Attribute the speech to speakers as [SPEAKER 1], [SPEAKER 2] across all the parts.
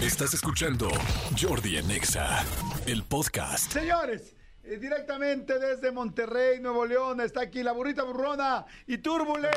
[SPEAKER 1] Estás escuchando Jordi en EXA, el podcast.
[SPEAKER 2] Señores, eh, directamente desde Monterrey, Nuevo León, está aquí la burrita burrona y Turbulence.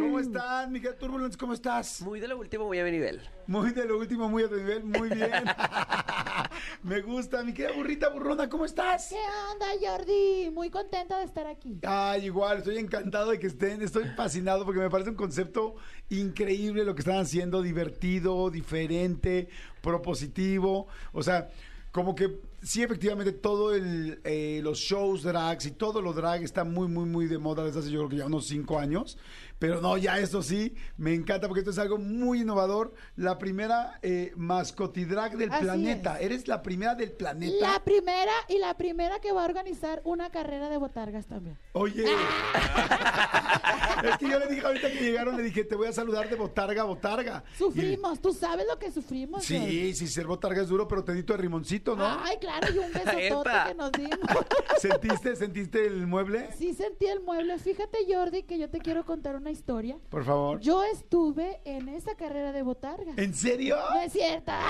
[SPEAKER 2] ¿Cómo están, Miguel Turbulence? ¿Cómo estás?
[SPEAKER 3] Muy de lo último, muy a mi nivel.
[SPEAKER 2] Muy de lo último, muy a tu nivel, muy bien. Me gusta, mi querida burrita burrona, ¿cómo estás?
[SPEAKER 4] ¿Qué onda, Jordi? Muy contenta de estar aquí.
[SPEAKER 2] Ay, igual, estoy encantado de que estén, estoy fascinado porque me parece un concepto increíble lo que están haciendo, divertido, diferente, propositivo, o sea, como que sí, efectivamente, todo el, eh, los shows drags y todo lo drag está muy, muy, muy de moda desde hace yo creo que ya unos cinco años, pero no, ya esto sí, me encanta porque esto es algo muy innovador, la primera eh, mascotidrag del
[SPEAKER 4] Así
[SPEAKER 2] planeta,
[SPEAKER 4] es.
[SPEAKER 2] eres la primera del planeta.
[SPEAKER 4] La primera y la primera que va a organizar una carrera de botargas también.
[SPEAKER 2] Oye. es que yo le dije ahorita que llegaron, le dije, te voy a saludar de botarga a botarga.
[SPEAKER 4] Sufrimos, tú sabes lo que sufrimos.
[SPEAKER 2] Y- Sí, sí, ser botarga es duro, pero te di tu rimoncito,
[SPEAKER 4] Jordi?
[SPEAKER 2] ¿no?
[SPEAKER 4] Ay, claro, y un besotote
[SPEAKER 3] Epa.
[SPEAKER 4] que nos dimos.
[SPEAKER 2] ¿Sentiste, sentiste el mueble?
[SPEAKER 4] Sí sentí el mueble. Fíjate, Jordi, que yo te quiero contar una historia.
[SPEAKER 2] Por favor.
[SPEAKER 4] Yo estuve en esa carrera de botargas.
[SPEAKER 2] ¿En serio?
[SPEAKER 4] No es cierta.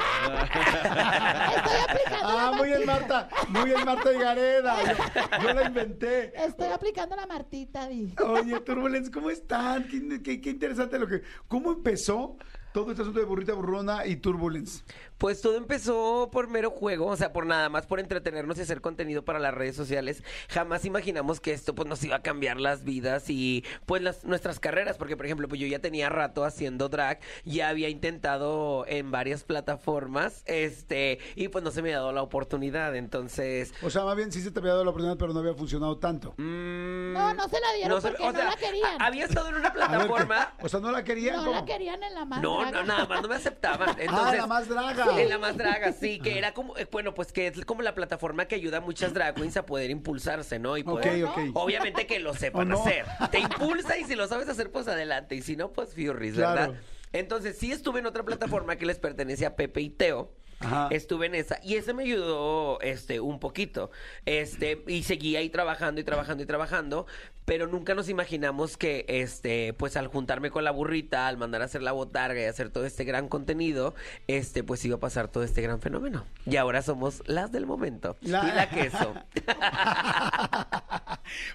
[SPEAKER 4] Estoy aplicando
[SPEAKER 2] Ah,
[SPEAKER 4] la
[SPEAKER 2] muy bien,
[SPEAKER 4] Martita.
[SPEAKER 2] Marta. Muy bien, Marta y Gareda. Yo, yo la inventé.
[SPEAKER 4] Estoy aplicando la Martita, di.
[SPEAKER 2] Oye, Turbulence, ¿cómo están? Qué, qué- qué interesante lo que. ¿Cómo empezó todo este asunto de burrita burrona y Turbulence?
[SPEAKER 3] Pues todo empezó por mero juego, o sea, por nada más, por entretenernos y hacer contenido para las redes sociales. Jamás imaginamos que esto pues nos iba a cambiar las vidas y pues las- nuestras carreras, porque por ejemplo, pues yo ya tenía rato haciendo drag, ya había intentado en varias plataformas, este, y pues no se me había dado la oportunidad, entonces...
[SPEAKER 2] O sea, más bien sí se te había dado la oportunidad, pero no había funcionado tanto.
[SPEAKER 3] mm,
[SPEAKER 4] No, no se la dieron
[SPEAKER 3] se-
[SPEAKER 4] porque
[SPEAKER 3] o
[SPEAKER 4] no
[SPEAKER 3] sea,
[SPEAKER 4] la querían.
[SPEAKER 3] a- Había estado en una
[SPEAKER 2] A ver,
[SPEAKER 3] plataforma...
[SPEAKER 2] ¿qué? O sea, no la querían.
[SPEAKER 4] No la
[SPEAKER 2] ¿Cómo?
[SPEAKER 4] querían en la más
[SPEAKER 3] No,
[SPEAKER 4] draga.
[SPEAKER 3] no, nada más no me aceptaban. Entonces,
[SPEAKER 2] la más draga.
[SPEAKER 3] En la más draga, sí, que era como, eh, bueno, pues que es como la plataforma que ayuda a muchas drag queens a poder impulsarse, ¿no? Y
[SPEAKER 2] Ok,
[SPEAKER 3] poder-
[SPEAKER 2] ok.
[SPEAKER 3] Obviamente que lo sepan
[SPEAKER 2] ¿O no?
[SPEAKER 3] hacer. Te impulsa y si lo sabes hacer, pues adelante. Y si no, pues Furries,
[SPEAKER 2] Claro.
[SPEAKER 3] ¿verdad? Entonces, sí estuve en otra plataforma que les pertenece a Pepe y Teo.
[SPEAKER 2] Ajá.
[SPEAKER 3] Estuve en esa y ese me ayudó este un poquito. Este y seguí ahí trabajando y trabajando y trabajando, pero nunca nos imaginamos que este pues al juntarme con la burrita, al mandar a hacer la botarga y hacer todo este gran contenido, este pues iba a pasar todo este gran fenómeno. Y ahora somos las del momento
[SPEAKER 2] La-
[SPEAKER 3] y la queso.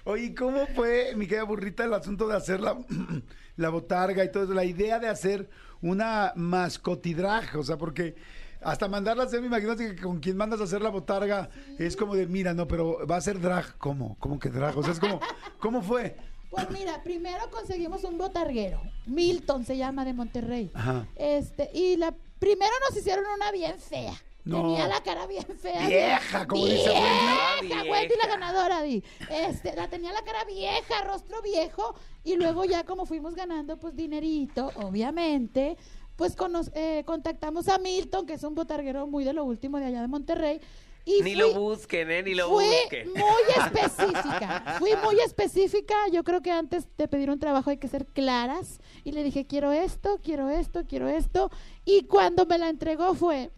[SPEAKER 2] Oye, ¿cómo fue, mi querida burrita, el asunto de hacer la, la botarga y todo eso? La idea de hacer una mascotidraje, o sea, porque hasta mandarla a hacer, imagínate que con quien mandas a hacer la botarga es como de, mira, no, pero va a ser drag, ¿cómo? ¿Cómo que drag? O sea, es como, ¿cómo fue?
[SPEAKER 4] Pues mira, primero conseguimos un botarguero. Milton se llama de Monterrey.
[SPEAKER 2] Ajá.
[SPEAKER 4] Este, y la primero nos hicieron una bien fea.
[SPEAKER 2] No.
[SPEAKER 4] Tenía la cara bien fea.
[SPEAKER 2] Vieja, como dice
[SPEAKER 4] vieja,
[SPEAKER 3] Wendy.
[SPEAKER 4] Wendy.
[SPEAKER 3] Ah, vieja.
[SPEAKER 4] la ganadora, di. Este, la tenía la cara vieja, rostro viejo. Y luego ya como fuimos ganando, pues dinerito, obviamente. Pues cono- eh, contactamos a Milton, que es un botarguero muy de lo último de allá de Monterrey. Y
[SPEAKER 3] ni lo
[SPEAKER 4] fui-
[SPEAKER 3] busquen, eh, ni lo
[SPEAKER 4] fui
[SPEAKER 3] busquen.
[SPEAKER 4] muy específica. Fui muy específica. Yo creo que antes de pedir un trabajo hay que ser claras. Y le dije, quiero esto, quiero esto, quiero esto. Y cuando me la entregó fue,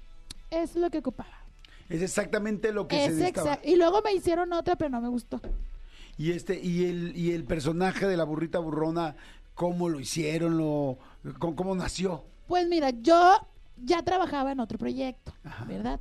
[SPEAKER 4] es lo que ocupaba.
[SPEAKER 2] Es exactamente lo que
[SPEAKER 4] Es
[SPEAKER 2] se necesitaba.
[SPEAKER 4] exa- Y luego me hicieron otra, pero no me gustó.
[SPEAKER 2] Y este, y el, y el personaje de la burrita burrona, ¿cómo lo hicieron? Lo, ¿cómo, cómo nació?
[SPEAKER 4] Pues mira, yo ya trabajaba en otro proyecto, ¿verdad?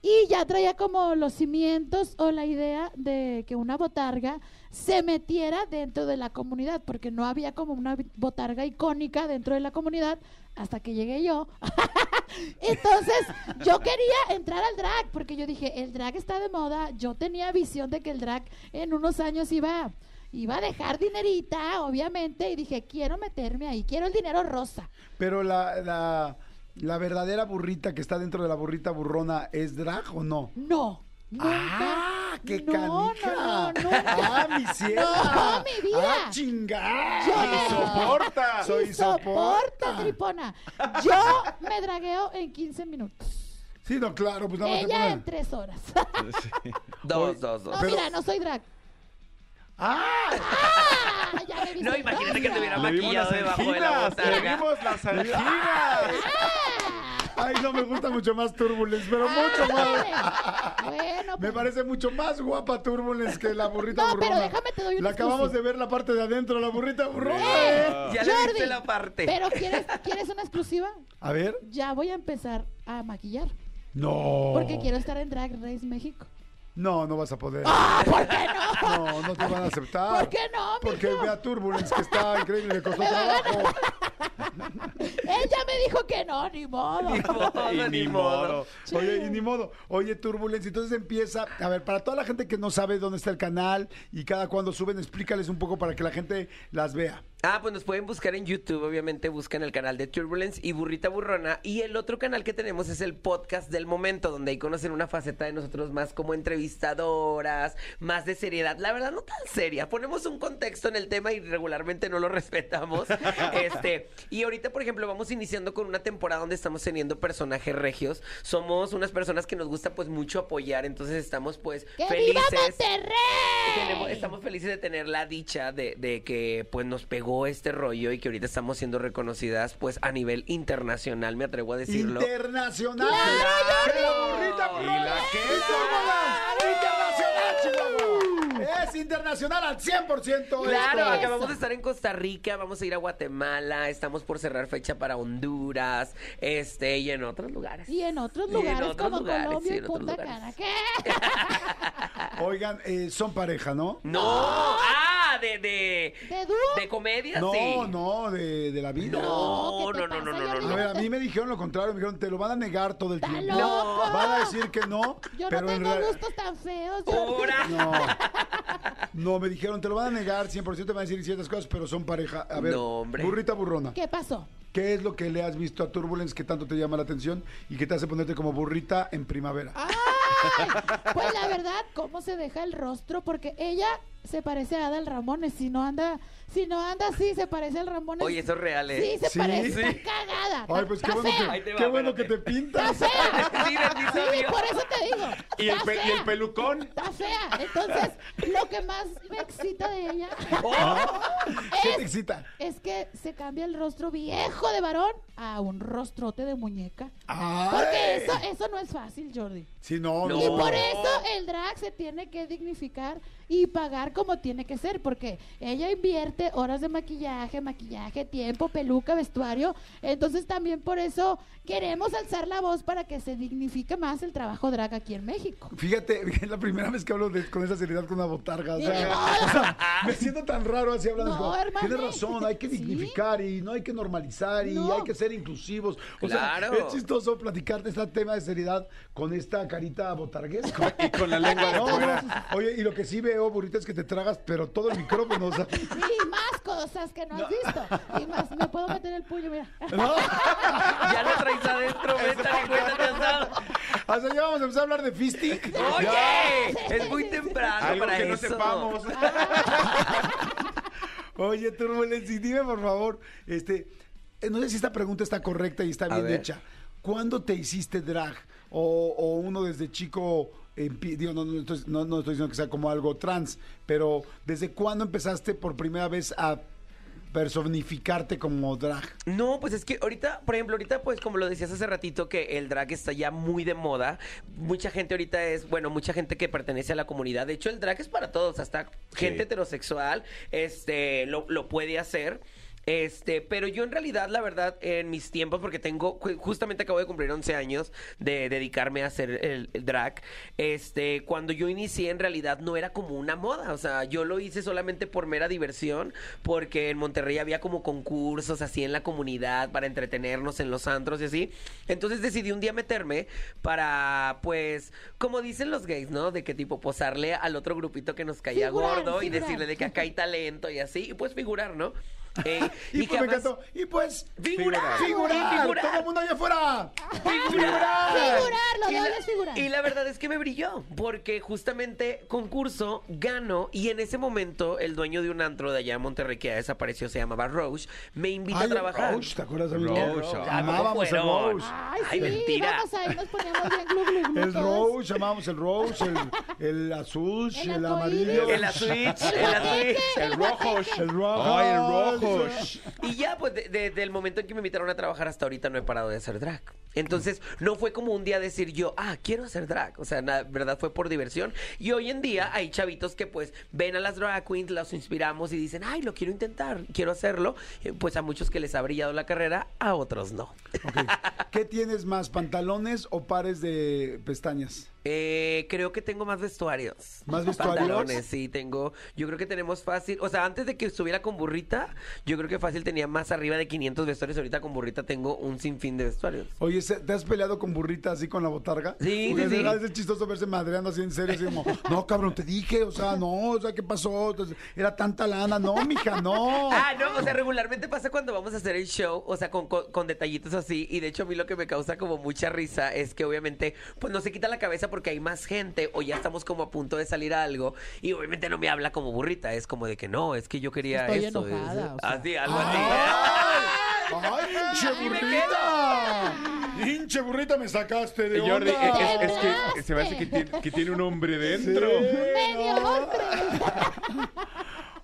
[SPEAKER 4] Y ya traía como los cimientos o la idea de que una botarga se metiera dentro de la comunidad, porque no había como una botarga icónica dentro de la comunidad hasta que llegué yo. Entonces, yo quería entrar al drag, porque yo dije, el drag está de moda, yo tenía visión de que el drag en unos años iba, iba a dejar dinerita, obviamente, y dije, quiero meterme ahí, quiero el dinero rosa.
[SPEAKER 2] Pero la, la, la verdadera burrita que está dentro de la burrita burrona es drag o no?
[SPEAKER 4] No. Nunca.
[SPEAKER 2] ¡Ah! ¡Qué
[SPEAKER 4] no,
[SPEAKER 2] canija!
[SPEAKER 4] No, no, nunca.
[SPEAKER 2] ¡Ah, mi cielo!
[SPEAKER 4] No, mi vida.
[SPEAKER 2] ¡Ah, chingada!
[SPEAKER 4] Yo me-
[SPEAKER 2] soporta!
[SPEAKER 4] Sí
[SPEAKER 2] ¡Soy
[SPEAKER 4] soporta,
[SPEAKER 2] soporta!
[SPEAKER 4] tripona. Yo me dragueo en 15 minutos.
[SPEAKER 2] Sí, no, claro, pues nada más te
[SPEAKER 4] Ella en
[SPEAKER 2] ponen.
[SPEAKER 4] 3 horas.
[SPEAKER 3] Dos, dos,
[SPEAKER 4] No,
[SPEAKER 3] dos.
[SPEAKER 2] Pero-
[SPEAKER 4] mira, no soy drag.
[SPEAKER 2] ¡Ah!
[SPEAKER 4] Ah, ya me viste
[SPEAKER 3] No, imagínate que
[SPEAKER 4] drag.
[SPEAKER 3] te hubiera
[SPEAKER 5] Le vimos
[SPEAKER 3] maquillado
[SPEAKER 5] las
[SPEAKER 3] debajo de la
[SPEAKER 5] anginas, le
[SPEAKER 3] botarga.
[SPEAKER 4] Ah.
[SPEAKER 5] vimos las anginas.
[SPEAKER 2] ¡Ay, no, eso me gusta mucho más Turbulence, pero mucho más.
[SPEAKER 4] Ah, Bueno,
[SPEAKER 2] Me
[SPEAKER 4] pues,
[SPEAKER 2] parece mucho más guapa Turbulence que la burrita
[SPEAKER 4] No, pero
[SPEAKER 2] burrona.
[SPEAKER 4] déjame te doy un
[SPEAKER 2] La acabamos
[SPEAKER 4] exclusivo.
[SPEAKER 2] de ver la parte de adentro de la burrita burrona. ¿eh?
[SPEAKER 3] Ya le
[SPEAKER 4] Jordi,
[SPEAKER 3] diste la parte.
[SPEAKER 4] Pero ¿quieres, ¿quieres una exclusiva?
[SPEAKER 2] A ver.
[SPEAKER 4] Ya voy a empezar a maquillar.
[SPEAKER 2] No.
[SPEAKER 4] Porque quiero estar en Drag Race México.
[SPEAKER 2] No, no vas a poder.
[SPEAKER 4] ¡Ah, ¿por qué no?
[SPEAKER 2] No, no te van a aceptar.
[SPEAKER 4] ¿Por qué no,
[SPEAKER 2] Porque
[SPEAKER 4] mijo?
[SPEAKER 2] ve a Turbulence que está increíble, le costó trabajo.
[SPEAKER 4] Ella me dijo que no, ni modo.
[SPEAKER 3] Ni modo,
[SPEAKER 2] Y
[SPEAKER 3] ni modo.
[SPEAKER 2] Oye, y ni modo. Oye, Turbulence, entonces empieza. A ver, para toda la gente que no sabe dónde está el canal y cada cuando suben, explícales un poco para que la gente las vea.
[SPEAKER 3] Ah, pues nos pueden buscar en YouTube, obviamente buscan el canal de Turbulence y Burrita Burrona. Y el otro canal que tenemos es el podcast del momento, donde ahí conocen una faceta de nosotros más como entrevistadoras, más de seriedad. La verdad, no tan seria. Ponemos un contexto en el tema y regularmente no lo respetamos. este, y ahorita, por ejemplo, vamos iniciando con una temporada donde estamos teniendo personajes regios. Somos unas personas que nos gusta pues mucho apoyar, entonces estamos pues
[SPEAKER 4] ¡Que viva
[SPEAKER 3] felices.
[SPEAKER 4] Monterrey!
[SPEAKER 3] Tenemos- estamos felices de tener la dicha de, de que pues nos pegó este rollo y que ahorita estamos siendo reconocidas pues a nivel internacional, me atrevo a decirlo.
[SPEAKER 2] Internacional.
[SPEAKER 3] ¡Claro,
[SPEAKER 2] ¡Que la
[SPEAKER 3] Jordi!
[SPEAKER 2] burrita
[SPEAKER 5] Y
[SPEAKER 2] burrona
[SPEAKER 5] la que-
[SPEAKER 2] es Turbulence! ¡Internacional, Chihuahua! Es internacional al 100%.
[SPEAKER 3] Claro,
[SPEAKER 2] esto.
[SPEAKER 3] acabamos de estar en Costa Rica, vamos a ir a Guatemala, estamos por cerrar fecha para Honduras, este y en otros lugares.
[SPEAKER 4] Y en otros
[SPEAKER 3] Y en
[SPEAKER 4] lugares
[SPEAKER 3] otros
[SPEAKER 4] como
[SPEAKER 3] lugares,
[SPEAKER 4] Colombia
[SPEAKER 3] sí,
[SPEAKER 4] y
[SPEAKER 3] en otros
[SPEAKER 4] Punta
[SPEAKER 3] lugares.
[SPEAKER 4] Cana. ¿Qué?
[SPEAKER 2] Oigan, eh, son pareja, ¿no?
[SPEAKER 3] No, ah, de de
[SPEAKER 4] ¿De dúo?
[SPEAKER 3] de comedia,
[SPEAKER 2] No,
[SPEAKER 3] sí.
[SPEAKER 2] no, de, de la vida.
[SPEAKER 3] No,
[SPEAKER 4] No, ¿qué te
[SPEAKER 3] no, no, no, no,
[SPEAKER 4] pasa,
[SPEAKER 3] no,
[SPEAKER 4] Jordi?
[SPEAKER 2] A
[SPEAKER 3] no.
[SPEAKER 2] ver, a mí me dijeron lo contrario, me dijeron, te lo van a negar todo el
[SPEAKER 4] ¡Está
[SPEAKER 2] tiempo.
[SPEAKER 4] loco!
[SPEAKER 2] Van a decir que no,
[SPEAKER 4] Yo
[SPEAKER 2] pero
[SPEAKER 4] no
[SPEAKER 2] en
[SPEAKER 4] tengo
[SPEAKER 2] realidad...
[SPEAKER 4] gustos tan feos. Jordi.
[SPEAKER 3] Ahora.
[SPEAKER 2] No. No, me dijeron, te lo van a negar, 100% te van a decir ciertas cosas, pero son pareja. A ver,
[SPEAKER 3] No, hombre.
[SPEAKER 2] burrita burrona,
[SPEAKER 4] ¿Qué pasó?
[SPEAKER 2] ¿qué es lo que le has visto a Turbulence que tanto te llama la atención y que te hace ponerte como burrita en primavera?
[SPEAKER 4] Ah, ¡Ay! Pues la verdad, cómo se deja el rostro, porque ella se parece a Adal Ramones. Si no anda, si no anda así, se parece al Ramones.
[SPEAKER 3] Oye, eso es real, ¿eh?
[SPEAKER 4] Sí, se
[SPEAKER 2] Sí.
[SPEAKER 4] parece.
[SPEAKER 2] Sí.
[SPEAKER 4] Está cagada.
[SPEAKER 2] Ay, pues qué
[SPEAKER 4] está
[SPEAKER 2] bueno
[SPEAKER 4] fea.
[SPEAKER 2] que,
[SPEAKER 3] Ahí te va,
[SPEAKER 2] qué bueno que
[SPEAKER 3] espérate.
[SPEAKER 2] te pintas.
[SPEAKER 4] Está
[SPEAKER 3] Sí,
[SPEAKER 4] fea.
[SPEAKER 3] de ti,
[SPEAKER 4] Sí,
[SPEAKER 3] sabía.
[SPEAKER 4] por eso te digo.
[SPEAKER 5] Y el,
[SPEAKER 4] está
[SPEAKER 5] pe- y el
[SPEAKER 4] fea.
[SPEAKER 5] pelucón.
[SPEAKER 4] Está fea. Entonces, lo que más me excita de ella
[SPEAKER 2] Oh. ¿Qué te
[SPEAKER 4] es,
[SPEAKER 2] excita?
[SPEAKER 4] es que se cambia el rostro viejo de varón a un rostrote de muñeca. Porque
[SPEAKER 2] Ay.
[SPEAKER 4] eso, eso no es fácil, Jordi.
[SPEAKER 2] Sí, no,
[SPEAKER 3] No.
[SPEAKER 4] Y
[SPEAKER 2] no.
[SPEAKER 4] por eso el drag se tiene que dignificar y pagar como tiene que ser, porque ella invierte horas de maquillaje, maquillaje, tiempo, peluca, vestuario. Entonces también por eso queremos alzar la voz para que se dignifique más el trabajo drag aquí en México.
[SPEAKER 2] Fíjate, es la primera vez que hablo de- con esa seriedad con una botarga. o
[SPEAKER 4] Y
[SPEAKER 2] sea,
[SPEAKER 4] ni
[SPEAKER 2] o sea, me siento tan raro así hablando.
[SPEAKER 4] No,
[SPEAKER 2] como,
[SPEAKER 4] hermano.
[SPEAKER 2] Tienes razón, hay que
[SPEAKER 4] Sí.
[SPEAKER 2] dignificar y no hay que normalizar y
[SPEAKER 4] No.
[SPEAKER 2] hay que ser inclusivos. O
[SPEAKER 3] Claro.
[SPEAKER 2] sea, es chistoso platicar de este tema de seriedad con esta carita botarguesca.
[SPEAKER 5] Y con la lengua de
[SPEAKER 2] No,
[SPEAKER 5] fuera.
[SPEAKER 2] no, Oye, y lo que sí veo, burrita, es que te tragas, pero todo el micrófono. O sea,
[SPEAKER 4] Y más cosas que no has visto. Y más, me puedo meter el puño, mira.
[SPEAKER 2] ¿no?
[SPEAKER 3] Ya lo traes adentro, vete, ni cuenta te has dado.
[SPEAKER 2] O sea, ya vamos a empezar a hablar de fisting.
[SPEAKER 3] Oye, es muy temprano
[SPEAKER 5] Algo
[SPEAKER 3] para
[SPEAKER 5] que no
[SPEAKER 3] eso.
[SPEAKER 5] sepamos.
[SPEAKER 2] Oye, Turbulence, y dime por favor, este, eh, no sé si esta pregunta está correcta y está
[SPEAKER 3] A
[SPEAKER 2] bien
[SPEAKER 3] ver.
[SPEAKER 2] hecha. ¿Cuándo te hiciste drag? O, o uno desde chico, empie- digo, no, no estoy, no- no estoy diciendo que sea como algo trans, pero ¿desde cuándo empezaste por primera vez a personificarte como drag?
[SPEAKER 3] No, pues es que ahorita, por ejemplo, ahorita pues como lo decías hace ratito que el drag está ya muy de moda, mucha gente ahorita es, bueno, mucha gente que pertenece a la comunidad, de hecho el drag es para todos, hasta gente heterosexual, este, lo, lo puede hacer. Este, pero yo en realidad, la verdad, en mis tiempos, porque tengo, ju- justamente acabo de cumplir 11 años de dedicarme a hacer el, el drag, este, cuando yo inicié en realidad no era como una moda, o sea, yo lo hice solamente por mera diversión, porque en Monterrey había como concursos así en la comunidad para entretenernos en los antros y así. Entonces decidí un día meterme para, pues, como dicen los gays, ¿no? De que tipo posarle al otro grupito que nos caía
[SPEAKER 4] Figurar,
[SPEAKER 3] gordo y
[SPEAKER 4] figurar.
[SPEAKER 3] decirle de que acá hay talento y así, y pues figurar, ¿no? Eh,
[SPEAKER 2] Y, pues, me
[SPEAKER 3] jamás-
[SPEAKER 2] encantó. Y pues,
[SPEAKER 3] Figurar.
[SPEAKER 2] figurar,
[SPEAKER 3] Figurar.
[SPEAKER 2] todo el mundo allá afuera.
[SPEAKER 4] Figurar, lo
[SPEAKER 3] Y
[SPEAKER 4] de
[SPEAKER 3] la-
[SPEAKER 4] hoy es figurar.
[SPEAKER 3] Y la verdad es que me brilló, porque justamente concurso, gano, y en ese momento el dueño de un antro de allá en Monterrey que ya desapareció, se llamaba Roche, me invita
[SPEAKER 2] Ay,
[SPEAKER 3] a trabajar.
[SPEAKER 2] Roche, ¿te acuerdas de
[SPEAKER 5] Roche,
[SPEAKER 2] Roche?
[SPEAKER 5] ah,
[SPEAKER 2] Amábamos el
[SPEAKER 3] fueron.
[SPEAKER 2] Roche.
[SPEAKER 4] Ay, sí,
[SPEAKER 3] Ay, mentira.
[SPEAKER 4] vamos ahí, nos poníamos bien glu, glu, glu
[SPEAKER 2] El
[SPEAKER 4] todos.
[SPEAKER 2] rose, llamábamos el rose, el, el azul, el,
[SPEAKER 4] El
[SPEAKER 2] amarillo.
[SPEAKER 4] arcoíris.
[SPEAKER 3] En la Switch, en la
[SPEAKER 4] guateque,
[SPEAKER 3] Switch.
[SPEAKER 5] El
[SPEAKER 4] el
[SPEAKER 5] rojo.
[SPEAKER 4] guateque.
[SPEAKER 2] El rojo.
[SPEAKER 5] Ay, el rojo.
[SPEAKER 3] Y ya, pues, de- de- desde el momento en que me invitaron a trabajar hasta ahorita no he parado de hacer drag. Entonces, no fue como un día decir yo, ah, quiero hacer drag. O sea, la verdad fue por diversión. Y hoy en día hay chavitos que pues ven a las drag queens, las inspiramos y dicen, ay, lo quiero intentar, quiero hacerlo. Eh, Pues a muchos que les ha brillado la carrera, a otros no.
[SPEAKER 2] Ok. ¿Qué tienes más, pantalones o pares de pestañas?
[SPEAKER 3] Eh, creo que tengo más vestuarios.
[SPEAKER 2] ¿Más vestuarios?
[SPEAKER 3] Pantalones, sí, tengo. Yo creo que tenemos fácil. O sea, antes de que estuviera con burrita, yo creo que fácil tenía más arriba de 500 vestuarios. Ahorita con burrita tengo un sinfín de vestuarios.
[SPEAKER 2] Oye, ¿se- ¿te has peleado con burrita así con la botarga?
[SPEAKER 3] Sí,
[SPEAKER 2] Porque
[SPEAKER 3] sí,
[SPEAKER 2] de
[SPEAKER 3] sí.
[SPEAKER 2] verdad Es chistoso verse madreando así en serio, así como, no, cabrón, te dije, o sea, no, o sea, ¿qué pasó? Entonces, Era tanta lana, no, mija, no.
[SPEAKER 3] Ah, no, o sea, regularmente pasa cuando vamos a hacer el show, o sea, con, con- con detallitos así, y de hecho a mí lo que me causa como mucha risa es que obviamente, pues no se quita la cabeza porque hay más gente o ya estamos como a punto de salir a algo, y obviamente no me habla como burrita, es como de que no, es que yo quería
[SPEAKER 4] Estoy
[SPEAKER 3] esto. es-
[SPEAKER 4] enojada, o sea. Ah.
[SPEAKER 3] Así, algo así.
[SPEAKER 2] ¡Ay! ¡Ay, pinche
[SPEAKER 3] Ahí me
[SPEAKER 2] burrita! ¡Pinche burrita me sacaste de onda!
[SPEAKER 5] Jordi, es, es
[SPEAKER 4] ¡Quebraste!
[SPEAKER 5] que se me hace que tiene, que tiene un hombre dentro.
[SPEAKER 4] Medio
[SPEAKER 2] no.
[SPEAKER 4] hombre.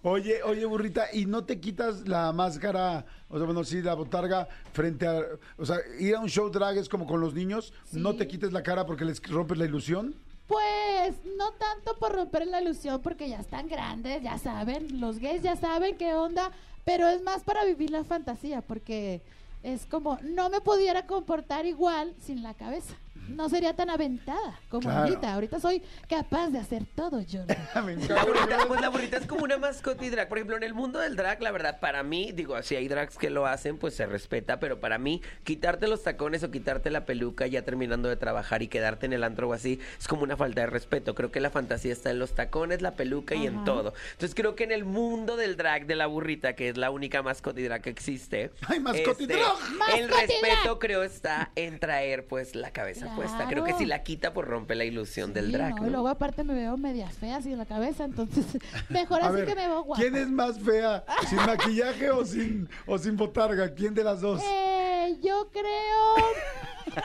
[SPEAKER 2] Oye, oye, burrita, ¿y no te quitas la máscara, o sea, bueno, sí, la botarga frente a... O sea, ir a un show drag es como con los niños, no te quites la cara porque les rompes la ilusión.
[SPEAKER 4] Pues no tanto por romper la ilusión, porque ya están grandes, ya saben, los gays ya saben qué onda, pero es más para vivir la fantasía, porque es como, no me pudiera comportar igual sin la cabeza. No sería tan aventada como
[SPEAKER 2] Claro.
[SPEAKER 4] ahorita. Ahorita soy capaz de hacer todo, Jordi.
[SPEAKER 2] Me
[SPEAKER 3] La
[SPEAKER 2] encanta.
[SPEAKER 3] burrita, pues la burrita es como una mascota y drag. Por ejemplo, en el mundo del drag, la verdad, para mí, digo, si hay drags que lo hacen, pues se respeta, pero para mí, quitarte los tacones o quitarte la peluca ya terminando de trabajar y quedarte en el antro o así, es como una falta de respeto. Creo que la fantasía está en los tacones, la peluca y en
[SPEAKER 4] Ajá.
[SPEAKER 3] todo. Entonces creo que en el mundo del drag de la burrita, que es la única mascota y drag que existe, este,
[SPEAKER 2] ¡Ay, mascota y drag!
[SPEAKER 3] el
[SPEAKER 4] ¡Mascota y
[SPEAKER 3] respeto creo está en traer pues la cabeza puesta. Creo que
[SPEAKER 4] Claro.
[SPEAKER 3] si la quita, pues rompe la ilusión del
[SPEAKER 4] Sí,
[SPEAKER 3] drag.
[SPEAKER 4] no,
[SPEAKER 3] ¿no?
[SPEAKER 4] Y luego aparte me veo media fea así en la cabeza, entonces mejor
[SPEAKER 2] A
[SPEAKER 4] así
[SPEAKER 2] ver,
[SPEAKER 4] que me veo guapa.
[SPEAKER 2] ¿Quién es más fea? ¿Sin maquillaje o sin, o sin botarga? ¿Quién de las dos?
[SPEAKER 4] Eh, yo creo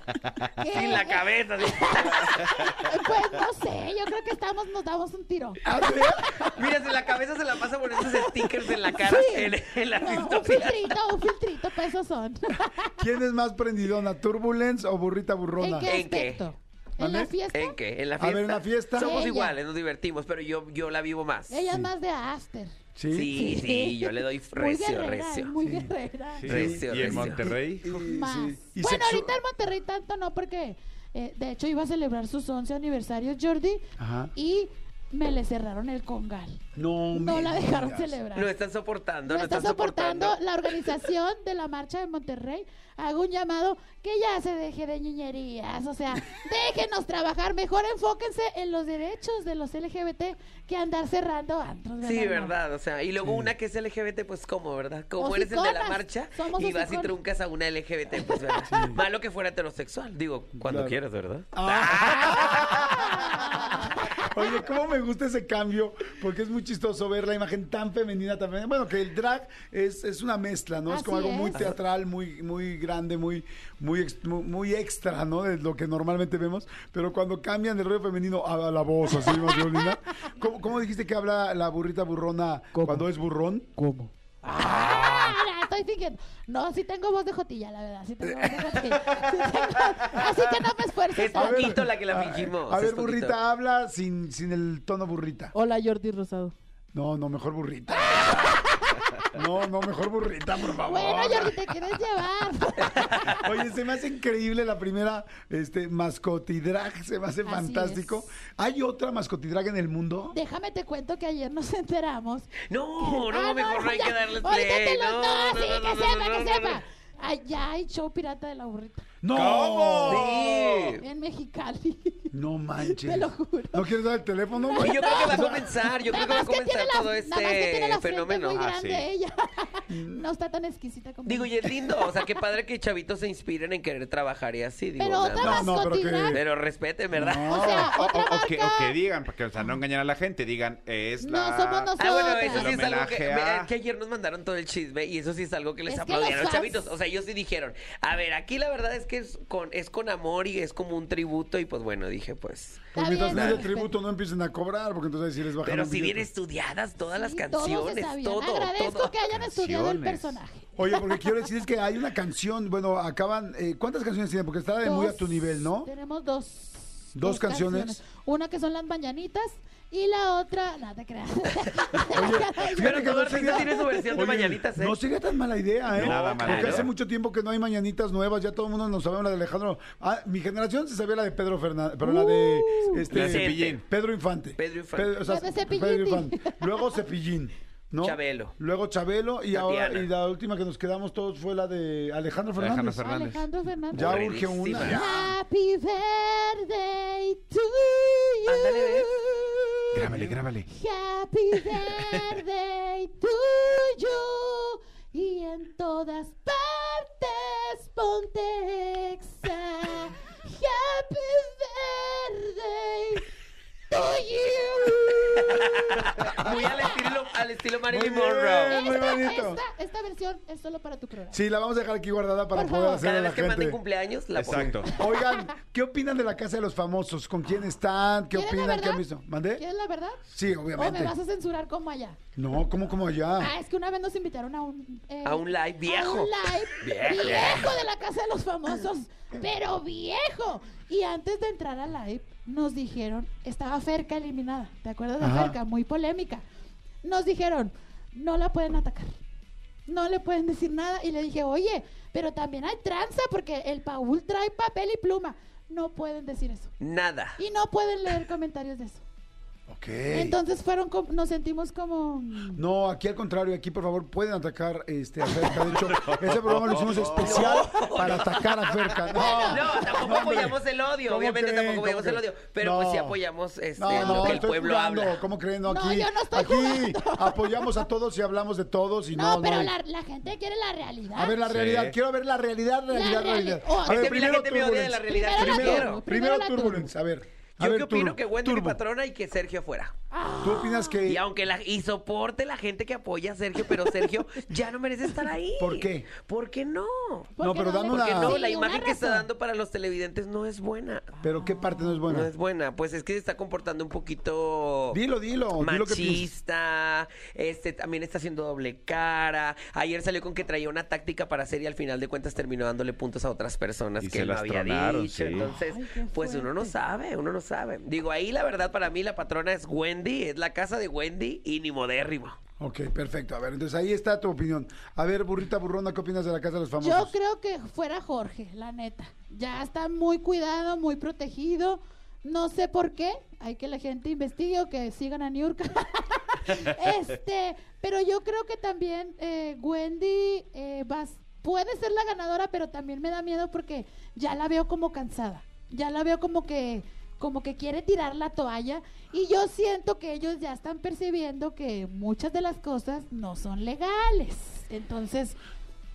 [SPEAKER 4] que-
[SPEAKER 3] Sin la cabeza. sí.
[SPEAKER 4] Pues no sé, yo creo que estamos, nos damos un tiro.
[SPEAKER 2] ¿Ah, sí?
[SPEAKER 3] Mira, en la cabeza se la pasa por esos stickers en la cara,
[SPEAKER 4] Sí.
[SPEAKER 3] en, en las
[SPEAKER 4] No, un
[SPEAKER 3] historias.
[SPEAKER 4] filtrito, un filtrito, pues esos son.
[SPEAKER 2] ¿Quién es más prendidona? ¿Turbulence o burrita burrona?
[SPEAKER 4] ¿En qué
[SPEAKER 3] ¿En qué?
[SPEAKER 4] aspecto? ¿En la
[SPEAKER 2] ¿Mande?
[SPEAKER 4] fiesta?
[SPEAKER 3] ¿En qué? ¿En la
[SPEAKER 2] A ver,
[SPEAKER 3] fiesta?
[SPEAKER 2] ¿en la fiesta?
[SPEAKER 3] Somos
[SPEAKER 4] Ella.
[SPEAKER 3] iguales, nos divertimos, pero yo, yo la vivo más.
[SPEAKER 4] Ella es más de after.
[SPEAKER 2] ¿Sí?
[SPEAKER 3] Sí, sí,
[SPEAKER 4] Sí.
[SPEAKER 3] yo le doy
[SPEAKER 4] Muy
[SPEAKER 3] recio,
[SPEAKER 4] guerrera,
[SPEAKER 3] recio.
[SPEAKER 4] muy guerrera.
[SPEAKER 5] Sí,
[SPEAKER 3] Recio,
[SPEAKER 5] y en
[SPEAKER 3] recio.
[SPEAKER 5] Monterrey.
[SPEAKER 2] Y-
[SPEAKER 4] Más.
[SPEAKER 2] sí. Y
[SPEAKER 4] Bueno,
[SPEAKER 2] sexu-
[SPEAKER 4] ahorita en Monterrey tanto no, porque eh, de hecho iba a celebrar sus 11 aniversarios, Jordi,
[SPEAKER 2] Ajá.
[SPEAKER 4] y me le cerraron el congal.
[SPEAKER 2] No,
[SPEAKER 4] No
[SPEAKER 2] me
[SPEAKER 4] la dejaron
[SPEAKER 2] digas.
[SPEAKER 4] celebrar.
[SPEAKER 3] No están soportando,
[SPEAKER 4] No
[SPEAKER 3] no
[SPEAKER 4] está
[SPEAKER 3] están soportando.
[SPEAKER 4] soportando la organización de la marcha de Monterrey. Hago un llamado que ya se deje de niñerías. O sea, déjenos trabajar. Mejor enfóquense en los derechos de los LGBT que andar cerrando antros.
[SPEAKER 3] Sí,
[SPEAKER 4] ¿verdad?
[SPEAKER 3] verdad, o sea, y luego una que es LGBT, pues cómo, ¿verdad? Como eres el de la
[SPEAKER 4] Hociconas,
[SPEAKER 3] marcha
[SPEAKER 4] somos
[SPEAKER 3] y vas y
[SPEAKER 4] hociconas.
[SPEAKER 3] truncas a una LGBT, pues ¿verdad? malo que fuera heterosexual, digo, cuando
[SPEAKER 2] Claro.
[SPEAKER 3] quieras, ¿verdad?
[SPEAKER 4] Ah,
[SPEAKER 2] Ah. Oye, cómo me gusta ese cambio, porque es muy chistoso ver la imagen tan femenina, tan femenina. Bueno, que el drag es, es una mezcla, ¿no? es
[SPEAKER 4] Así
[SPEAKER 2] como algo muy
[SPEAKER 4] es.
[SPEAKER 2] teatral, muy, muy grande, muy, muy, ex- muy- muy extra, ¿no? De lo que normalmente vemos. Pero cuando cambian el rollo femenino a la voz así masculina, ¿cómo, cómo dijiste que habla la burrita burrona cuando es burrón?
[SPEAKER 6] ¿Cómo?
[SPEAKER 4] Ah, la estoy fingiendo. No, sí tengo voz de jotilla, la verdad. Sí tengo voz de jotilla. Sí tengo- Así que no me esfuerzo.
[SPEAKER 3] Es
[SPEAKER 4] tanto.
[SPEAKER 3] poquito la que la fingimos.
[SPEAKER 2] Ah, A
[SPEAKER 3] es
[SPEAKER 2] ver,
[SPEAKER 3] poquito.
[SPEAKER 2] burrita, habla sin, sin el tono burrita.
[SPEAKER 6] Hola Jordi Rosado.
[SPEAKER 2] No, no, mejor burrita. No, no, mejor burrita, por favor.
[SPEAKER 4] Bueno, Jordi, te quieres llevar.
[SPEAKER 2] Oye, se me hace increíble la primera este, mascotidrag, se me hace
[SPEAKER 4] Así
[SPEAKER 2] fantástico.
[SPEAKER 4] es.
[SPEAKER 2] ¿Hay otra mascotidrag en el mundo?
[SPEAKER 4] Déjame te cuento que ayer nos enteramos
[SPEAKER 3] No, no,
[SPEAKER 4] Ah,
[SPEAKER 3] mejor no hay
[SPEAKER 4] ya.
[SPEAKER 3] que darles
[SPEAKER 4] Ahorita
[SPEAKER 3] play.
[SPEAKER 4] te los-
[SPEAKER 3] No, no, no,
[SPEAKER 4] no, sí, que
[SPEAKER 3] no,
[SPEAKER 4] sepa,
[SPEAKER 3] no,
[SPEAKER 4] que
[SPEAKER 3] no,
[SPEAKER 4] sepa.
[SPEAKER 3] no.
[SPEAKER 4] Allá hay show pirata de la burrita
[SPEAKER 2] ¡No!
[SPEAKER 3] Sí.
[SPEAKER 4] en Mexicali.
[SPEAKER 2] No manches.
[SPEAKER 4] Te lo juro.
[SPEAKER 2] ¿No quieres dar el teléfono? güey?
[SPEAKER 3] Y yo creo que va a comenzar, yo creo que va a comenzar todo
[SPEAKER 4] nada más que tiene
[SPEAKER 3] este
[SPEAKER 4] la frente
[SPEAKER 3] fenómeno. Mm.
[SPEAKER 4] muy
[SPEAKER 5] Ah,
[SPEAKER 4] grande
[SPEAKER 5] sí.
[SPEAKER 4] ella. No está tan exquisita como
[SPEAKER 3] Digo,
[SPEAKER 4] yo.
[SPEAKER 3] y es lindo, o sea, qué padre que chavitos se inspiren en querer trabajar y así, digo,
[SPEAKER 4] Pero
[SPEAKER 3] nada
[SPEAKER 4] otra
[SPEAKER 3] más.
[SPEAKER 2] No, no, pero
[SPEAKER 4] mascotina.
[SPEAKER 2] que-
[SPEAKER 3] Pero respeten, ¿verdad?
[SPEAKER 4] O sea,
[SPEAKER 5] O,
[SPEAKER 4] otra
[SPEAKER 5] o- o que, o
[SPEAKER 4] marca.
[SPEAKER 5] que digan, porque, o sea, no engañar a la gente, digan, es
[SPEAKER 4] No
[SPEAKER 5] la...
[SPEAKER 4] somos nosotros.
[SPEAKER 3] Ah, bueno, eso
[SPEAKER 5] El
[SPEAKER 3] sí es algo que,
[SPEAKER 5] homenaje a-
[SPEAKER 3] mira, que ayer nos mandaron todo el chisme y eso sí es algo que les
[SPEAKER 4] Es que
[SPEAKER 3] aplaudieron,
[SPEAKER 4] los fans-
[SPEAKER 3] chavitos. O sea, ellos sí dijeron, a ver, aquí la verdad es que es con, es con amor y es como un tributo y pues bueno, dije, pues.
[SPEAKER 2] Pues
[SPEAKER 4] Está
[SPEAKER 2] mientras
[SPEAKER 4] bien,
[SPEAKER 2] no haya
[SPEAKER 4] perfecto.
[SPEAKER 2] tributo no empiecen a cobrar, porque entonces ahí sí les bajan
[SPEAKER 3] Pero
[SPEAKER 2] un
[SPEAKER 3] si bien
[SPEAKER 2] billete.
[SPEAKER 3] estudiadas todas las
[SPEAKER 4] Sí, todo se
[SPEAKER 3] canciones,
[SPEAKER 4] sabían.
[SPEAKER 3] todo.
[SPEAKER 4] Agradezco
[SPEAKER 3] todo.
[SPEAKER 4] que hayan estudiado el
[SPEAKER 5] Canciones.
[SPEAKER 4] personaje.
[SPEAKER 2] Oye, porque quiero decir es que hay una canción, bueno, acaban, eh, ¿cuántas canciones tienen? Porque está de muy a tu
[SPEAKER 4] Dos-
[SPEAKER 2] nivel, ¿no?
[SPEAKER 4] Tenemos dos.
[SPEAKER 2] Dos canciones.
[SPEAKER 4] Una que son las mañanitas y la otra. No te creas.
[SPEAKER 2] Fíjate
[SPEAKER 3] Pero
[SPEAKER 2] que
[SPEAKER 3] todo
[SPEAKER 2] no
[SPEAKER 3] artista
[SPEAKER 2] sería-
[SPEAKER 3] tiene su versión de
[SPEAKER 2] Oye,
[SPEAKER 3] mañanitas, ¿eh?
[SPEAKER 2] No sería tan mala idea, ¿eh?
[SPEAKER 5] Nada
[SPEAKER 2] Porque
[SPEAKER 5] mala idea.
[SPEAKER 2] hace mucho tiempo que no hay mañanitas nuevas, ya todo el mundo nos sabe la de Alejandro. Ah, mi generación se sabía la de Pedro Fernández, pero la de
[SPEAKER 3] Uh,
[SPEAKER 2] este,
[SPEAKER 5] La de Cepillín.
[SPEAKER 2] Pedro Infante.
[SPEAKER 3] Pedro Infante.
[SPEAKER 2] Pedro- o sea,
[SPEAKER 4] La de Cepillín.
[SPEAKER 2] Pedro Infante. Luego Cepillín. ¿no?
[SPEAKER 3] Chabelo.
[SPEAKER 2] Luego Chabelo y ahora
[SPEAKER 3] Tatiana.
[SPEAKER 2] y la última que nos quedamos todos fue la de Alejandro Fernández.
[SPEAKER 5] Alejandro Fernández.
[SPEAKER 4] Alejandro Fernández.
[SPEAKER 2] Ya urge una.
[SPEAKER 3] Aburridísima.
[SPEAKER 2] ya.
[SPEAKER 4] Happy birthday to you.
[SPEAKER 3] Ándale, ve.
[SPEAKER 5] Ah, Grábale, grábale.
[SPEAKER 4] Happy birthday to you. Y en todas partes ponte exa. Happy birthday to you.
[SPEAKER 3] Muy al estilo, al estilo Marilyn
[SPEAKER 2] Muy bien.
[SPEAKER 3] Monroe.
[SPEAKER 2] Muy bonito.
[SPEAKER 4] Esta, esta versión es solo para tu programa.
[SPEAKER 2] Sí, la vamos a dejar aquí guardada para
[SPEAKER 4] Por
[SPEAKER 2] poder
[SPEAKER 4] favor.
[SPEAKER 2] hacer a
[SPEAKER 3] Cada
[SPEAKER 2] la
[SPEAKER 3] vez que manden
[SPEAKER 2] gente.
[SPEAKER 3] cumpleaños, la pongo.
[SPEAKER 5] Exacto.
[SPEAKER 2] Oigan, ¿qué opinan de la casa de los famosos? ¿Con quién están? ¿Qué
[SPEAKER 4] ¿Quieren la
[SPEAKER 2] opinan? ¿Qué
[SPEAKER 4] verdad?
[SPEAKER 2] han visto? ¿Mandé?
[SPEAKER 4] ¿Quieres la verdad?
[SPEAKER 2] Sí,
[SPEAKER 4] ¿O me
[SPEAKER 2] obviamente.
[SPEAKER 4] vas a censurar como allá?
[SPEAKER 2] No, ¿cómo, cómo
[SPEAKER 4] Ah,
[SPEAKER 2] allá?
[SPEAKER 4] es que una vez nos invitaron a un... eh,
[SPEAKER 3] A un live viejo.
[SPEAKER 4] A un live
[SPEAKER 3] Viejo.
[SPEAKER 4] viejo. de la Casa de los Famosos, pero viejo. Y antes de entrar al live, nos dijeron, estaba Ferca eliminada, ¿te acuerdas de
[SPEAKER 2] Ajá.
[SPEAKER 4] Ferca? Muy polémica. Nos dijeron, no la pueden atacar. No le pueden decir nada. Y le dije, oye, pero también hay tranza porque el Paul trae papel y pluma. No pueden decir eso.
[SPEAKER 3] Nada.
[SPEAKER 4] Y no pueden leer comentarios de eso.
[SPEAKER 2] Ok.
[SPEAKER 4] Entonces fueron, com- nos sentimos como... mm,
[SPEAKER 2] No, aquí al contrario, aquí por favor pueden atacar este, a Ferca. De hecho, ese programa lo hicimos especial para atacar a Ferca. No,
[SPEAKER 3] No, tampoco
[SPEAKER 2] hombre.
[SPEAKER 3] apoyamos el odio,
[SPEAKER 2] ¿Cómo
[SPEAKER 3] obviamente
[SPEAKER 2] creen?
[SPEAKER 3] tampoco apoyamos
[SPEAKER 2] ¿Cómo
[SPEAKER 3] el odio,
[SPEAKER 2] creen?
[SPEAKER 3] pero pues sí apoyamos este, lo que el
[SPEAKER 2] estoy
[SPEAKER 3] pueblo
[SPEAKER 2] jugando,
[SPEAKER 3] habla.
[SPEAKER 2] ¿Cómo creen? No,
[SPEAKER 4] No,
[SPEAKER 2] aquí,
[SPEAKER 4] yo no estoy
[SPEAKER 2] aquí
[SPEAKER 4] jugando.
[SPEAKER 2] apoyamos a todos y hablamos de todos y no.
[SPEAKER 4] No, pero
[SPEAKER 2] hay-
[SPEAKER 4] La, la gente quiere la realidad.
[SPEAKER 2] A ver la
[SPEAKER 5] Sí.
[SPEAKER 2] realidad, quiero ver la realidad, realidad,
[SPEAKER 4] reali-
[SPEAKER 2] realidad.
[SPEAKER 4] Oh,
[SPEAKER 2] a
[SPEAKER 4] es
[SPEAKER 2] ver,
[SPEAKER 3] que a mí la gente me odia de la
[SPEAKER 2] Turbulence.
[SPEAKER 3] realidad,
[SPEAKER 4] Primero
[SPEAKER 3] yo
[SPEAKER 4] la
[SPEAKER 2] Primero,
[SPEAKER 3] quiero.
[SPEAKER 4] turbo, primero la turbo.
[SPEAKER 2] Turbulence, a ver. a
[SPEAKER 3] Yo
[SPEAKER 2] ver,
[SPEAKER 3] qué opino
[SPEAKER 2] Turbo,
[SPEAKER 3] que Wendy mi
[SPEAKER 2] Turbo.
[SPEAKER 3] patrona y que Sergio afuera.
[SPEAKER 2] ¿Tú opinas que
[SPEAKER 3] Y aunque la y soporte la gente que apoya a Sergio, pero Sergio ya no merece estar ahí.
[SPEAKER 2] ¿Por qué?
[SPEAKER 3] ¿Por qué no?
[SPEAKER 4] ¿Por
[SPEAKER 2] No,
[SPEAKER 4] qué
[SPEAKER 2] pero
[SPEAKER 4] le-
[SPEAKER 2] dame una-
[SPEAKER 3] Porque no,
[SPEAKER 2] Sí,
[SPEAKER 3] la
[SPEAKER 4] una
[SPEAKER 3] imagen que está
[SPEAKER 4] razón.
[SPEAKER 3] dando para los televidentes no es buena.
[SPEAKER 2] pero qué parte no es
[SPEAKER 3] No
[SPEAKER 2] buena?
[SPEAKER 3] es buena, pues es que se está comportando un poquito
[SPEAKER 2] Dilo, dilo, dilo que piensas.
[SPEAKER 3] machista, este también está haciendo doble cara. Ayer salió con que traía una táctica para hacer y al final de cuentas terminó dándole puntos a otras personas
[SPEAKER 5] Y
[SPEAKER 3] que
[SPEAKER 5] se
[SPEAKER 3] él no
[SPEAKER 5] las
[SPEAKER 3] había
[SPEAKER 5] tronaron,
[SPEAKER 3] dicho.
[SPEAKER 5] sí.
[SPEAKER 3] Entonces,
[SPEAKER 4] Ay, qué
[SPEAKER 3] pues uno no
[SPEAKER 4] fuerte.
[SPEAKER 3] sabe, uno no sabe. Digo, ahí la verdad para mí la patrona es Wendy, es la casa de Wendy y ni modérrimo.
[SPEAKER 2] Ok, perfecto. A ver, entonces ahí está tu opinión. A ver, burrita burrona, ¿qué opinas de la casa de los famosos?
[SPEAKER 4] Yo creo que fuera Jorge, la neta. Ya está muy cuidado, muy protegido. No sé por qué. Hay que la gente investigue o que sigan a Niurka. este, pero yo creo que también eh, Wendy eh, vas- puede ser la ganadora, pero también me da miedo porque ya la veo como cansada. Ya la veo como que como que quiere tirar la toalla y yo siento que ellos ya están percibiendo que muchas de las cosas no son legales. Entonces,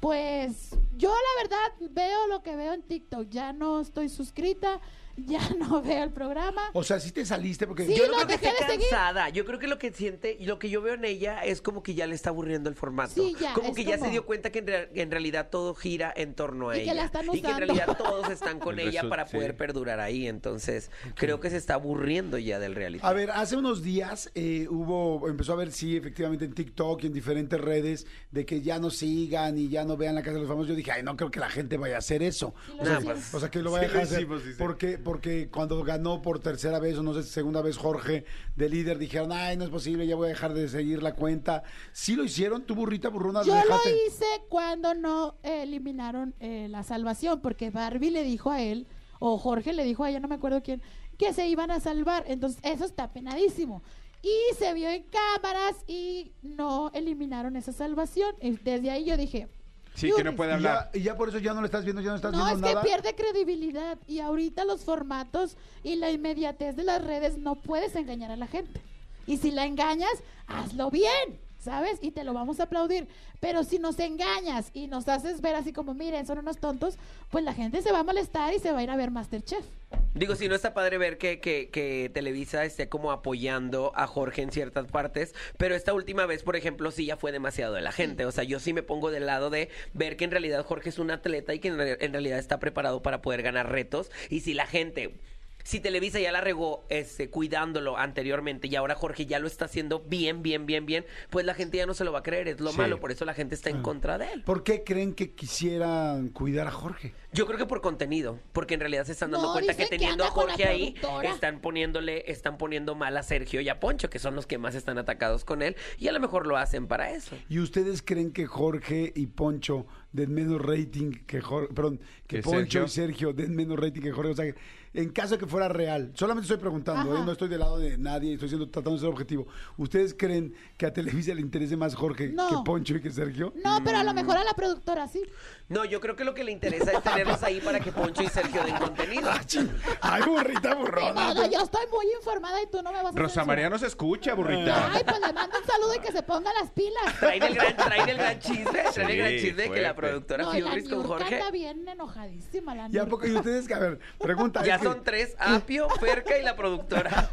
[SPEAKER 4] pues yo la verdad veo lo que veo en TikTok. Ya no estoy suscrita, ya no veo el programa.
[SPEAKER 2] O sea, sí te saliste porque
[SPEAKER 4] Sí,
[SPEAKER 2] yo
[SPEAKER 3] Yo
[SPEAKER 4] lo
[SPEAKER 3] creo que
[SPEAKER 4] dejé
[SPEAKER 3] está
[SPEAKER 4] de seguir.
[SPEAKER 3] cansada. Yo creo que lo que siente, lo que yo veo en ella es como que ya le está aburriendo el formato.
[SPEAKER 4] Sí, ya,
[SPEAKER 3] como
[SPEAKER 4] es
[SPEAKER 3] que ya se
[SPEAKER 4] como-
[SPEAKER 3] dio cuenta que en, rea- que en realidad todo gira en torno a
[SPEAKER 4] Y que
[SPEAKER 3] ella.
[SPEAKER 4] la están
[SPEAKER 3] Y que en
[SPEAKER 4] usando.
[SPEAKER 3] realidad todos están con
[SPEAKER 5] El
[SPEAKER 3] ella
[SPEAKER 5] resu-
[SPEAKER 3] para
[SPEAKER 5] sí.
[SPEAKER 3] poder perdurar ahí. Entonces, creo que se está aburriendo ya del reality.
[SPEAKER 2] A ver, hace unos días eh, hubo, empezó a ver, sí, efectivamente en TikTok y en diferentes redes, de que ya no sigan y ya no vean la casa de los famosos. Yo dije, ay, no creo que la gente vaya a hacer eso.
[SPEAKER 4] Sí, lo
[SPEAKER 2] O sea,
[SPEAKER 3] hicimos.
[SPEAKER 2] o sea, que lo
[SPEAKER 5] Sí,
[SPEAKER 2] vaya a dejar
[SPEAKER 5] lo
[SPEAKER 2] hacer.
[SPEAKER 5] hicimos, sí, sí.
[SPEAKER 2] Porque, porque cuando ganó por tercera vez, o no sé, segunda vez Jorge de líder, dijeron, ay, no es posible, ya voy a dejar de seguir la cuenta. Sí lo hicieron, tú burrita burrona,
[SPEAKER 4] Yo lo
[SPEAKER 2] dejaste.
[SPEAKER 4] hice cuando no eh, eliminaron eh, la salvación, porque Barbie le dijo a él, o Jorge le dijo a ella, no me acuerdo quién, que se iban a salvar. Entonces, eso está penadísimo. Y se vio en cámaras y no eliminaron esa salvación. Y desde ahí yo dije,
[SPEAKER 5] Sí, que no puede
[SPEAKER 2] Y ya,
[SPEAKER 5] hablar.
[SPEAKER 2] y ya por eso ya no lo estás viendo, ya no estás
[SPEAKER 4] no, es
[SPEAKER 2] viendo
[SPEAKER 4] que
[SPEAKER 2] nada.
[SPEAKER 4] pierde credibilidad y ahorita los formatos y la inmediatez de las redes no puedes engañar a la gente. Y si la engañas, hazlo bien, ¿sabes? Y te lo vamos a aplaudir. Pero si nos engañas y nos haces ver así como, miren, son unos tontos, pues la gente se va a molestar y se va a ir a ver Masterchef.
[SPEAKER 3] Digo, si no está padre ver que, que- que Televisa esté como apoyando a Jorge en ciertas partes, pero esta última vez, por ejemplo, sí ya fue demasiado de la gente. O sea, yo sí me pongo del lado de ver que en realidad Jorge es un atleta y que en, re- en realidad está preparado para poder ganar retos. Y si la gente si Televisa ya la regó este, cuidándolo anteriormente y ahora Jorge ya lo está haciendo bien, bien, bien, bien, pues la gente ya no se lo va a creer, es lo
[SPEAKER 5] Sí.
[SPEAKER 3] malo, por eso la gente está en contra de él.
[SPEAKER 2] ¿Por qué creen que quisieran cuidar a Jorge?
[SPEAKER 3] Yo creo que por contenido, porque en realidad se están dando
[SPEAKER 4] No,
[SPEAKER 3] cuenta que
[SPEAKER 4] dicen que
[SPEAKER 3] teniendo a
[SPEAKER 4] anda con la
[SPEAKER 3] Jorge ahí
[SPEAKER 4] productora.
[SPEAKER 3] están poniéndole, están poniendo mal a Sergio y a Poncho, que son los que más están atacados con él, y a lo mejor lo hacen para eso.
[SPEAKER 2] ¿Y ustedes creen que Jorge y Poncho den menos rating que Jorge, perdón, que
[SPEAKER 5] ¿Que
[SPEAKER 2] Poncho
[SPEAKER 5] Sergio?
[SPEAKER 2] y Sergio den menos rating que Jorge? O sea, en caso de que fuera real, solamente estoy preguntando,
[SPEAKER 4] Ajá.
[SPEAKER 2] ¿eh? no estoy del lado de nadie, estoy siendo, tratando de ser objetivo. ¿Ustedes creen que a Televisa le interese más Jorge
[SPEAKER 4] No.
[SPEAKER 2] que Poncho y que Sergio?
[SPEAKER 4] No, pero
[SPEAKER 2] Mm.
[SPEAKER 4] a lo mejor a la productora sí.
[SPEAKER 3] No, yo creo que lo que le interesa es tenerlos ahí para que Poncho y Sergio den contenido.
[SPEAKER 2] Ah, Ay, burrita burrona.
[SPEAKER 4] Eduardo, yo estoy muy informada y tú no me vas a
[SPEAKER 5] Rosa
[SPEAKER 4] censurar.
[SPEAKER 5] María no se escucha, burrita.
[SPEAKER 4] Ay, pues le mando un saludo y que se ponga las pilas.
[SPEAKER 3] Traen el gran, traen el gran chisme, traen el gran
[SPEAKER 5] Sí,
[SPEAKER 3] chisme de que la
[SPEAKER 5] fuerte.
[SPEAKER 3] productora
[SPEAKER 4] No, y la
[SPEAKER 3] Fiorris con
[SPEAKER 4] Niurka
[SPEAKER 3] Jorge.
[SPEAKER 4] anda bien enojadísima la
[SPEAKER 2] ¿Y a poco? ¿Y ustedes? que- A ver, pregunta.
[SPEAKER 3] Ya
[SPEAKER 2] es que-
[SPEAKER 3] son tres, Apio, Ferca y la productora.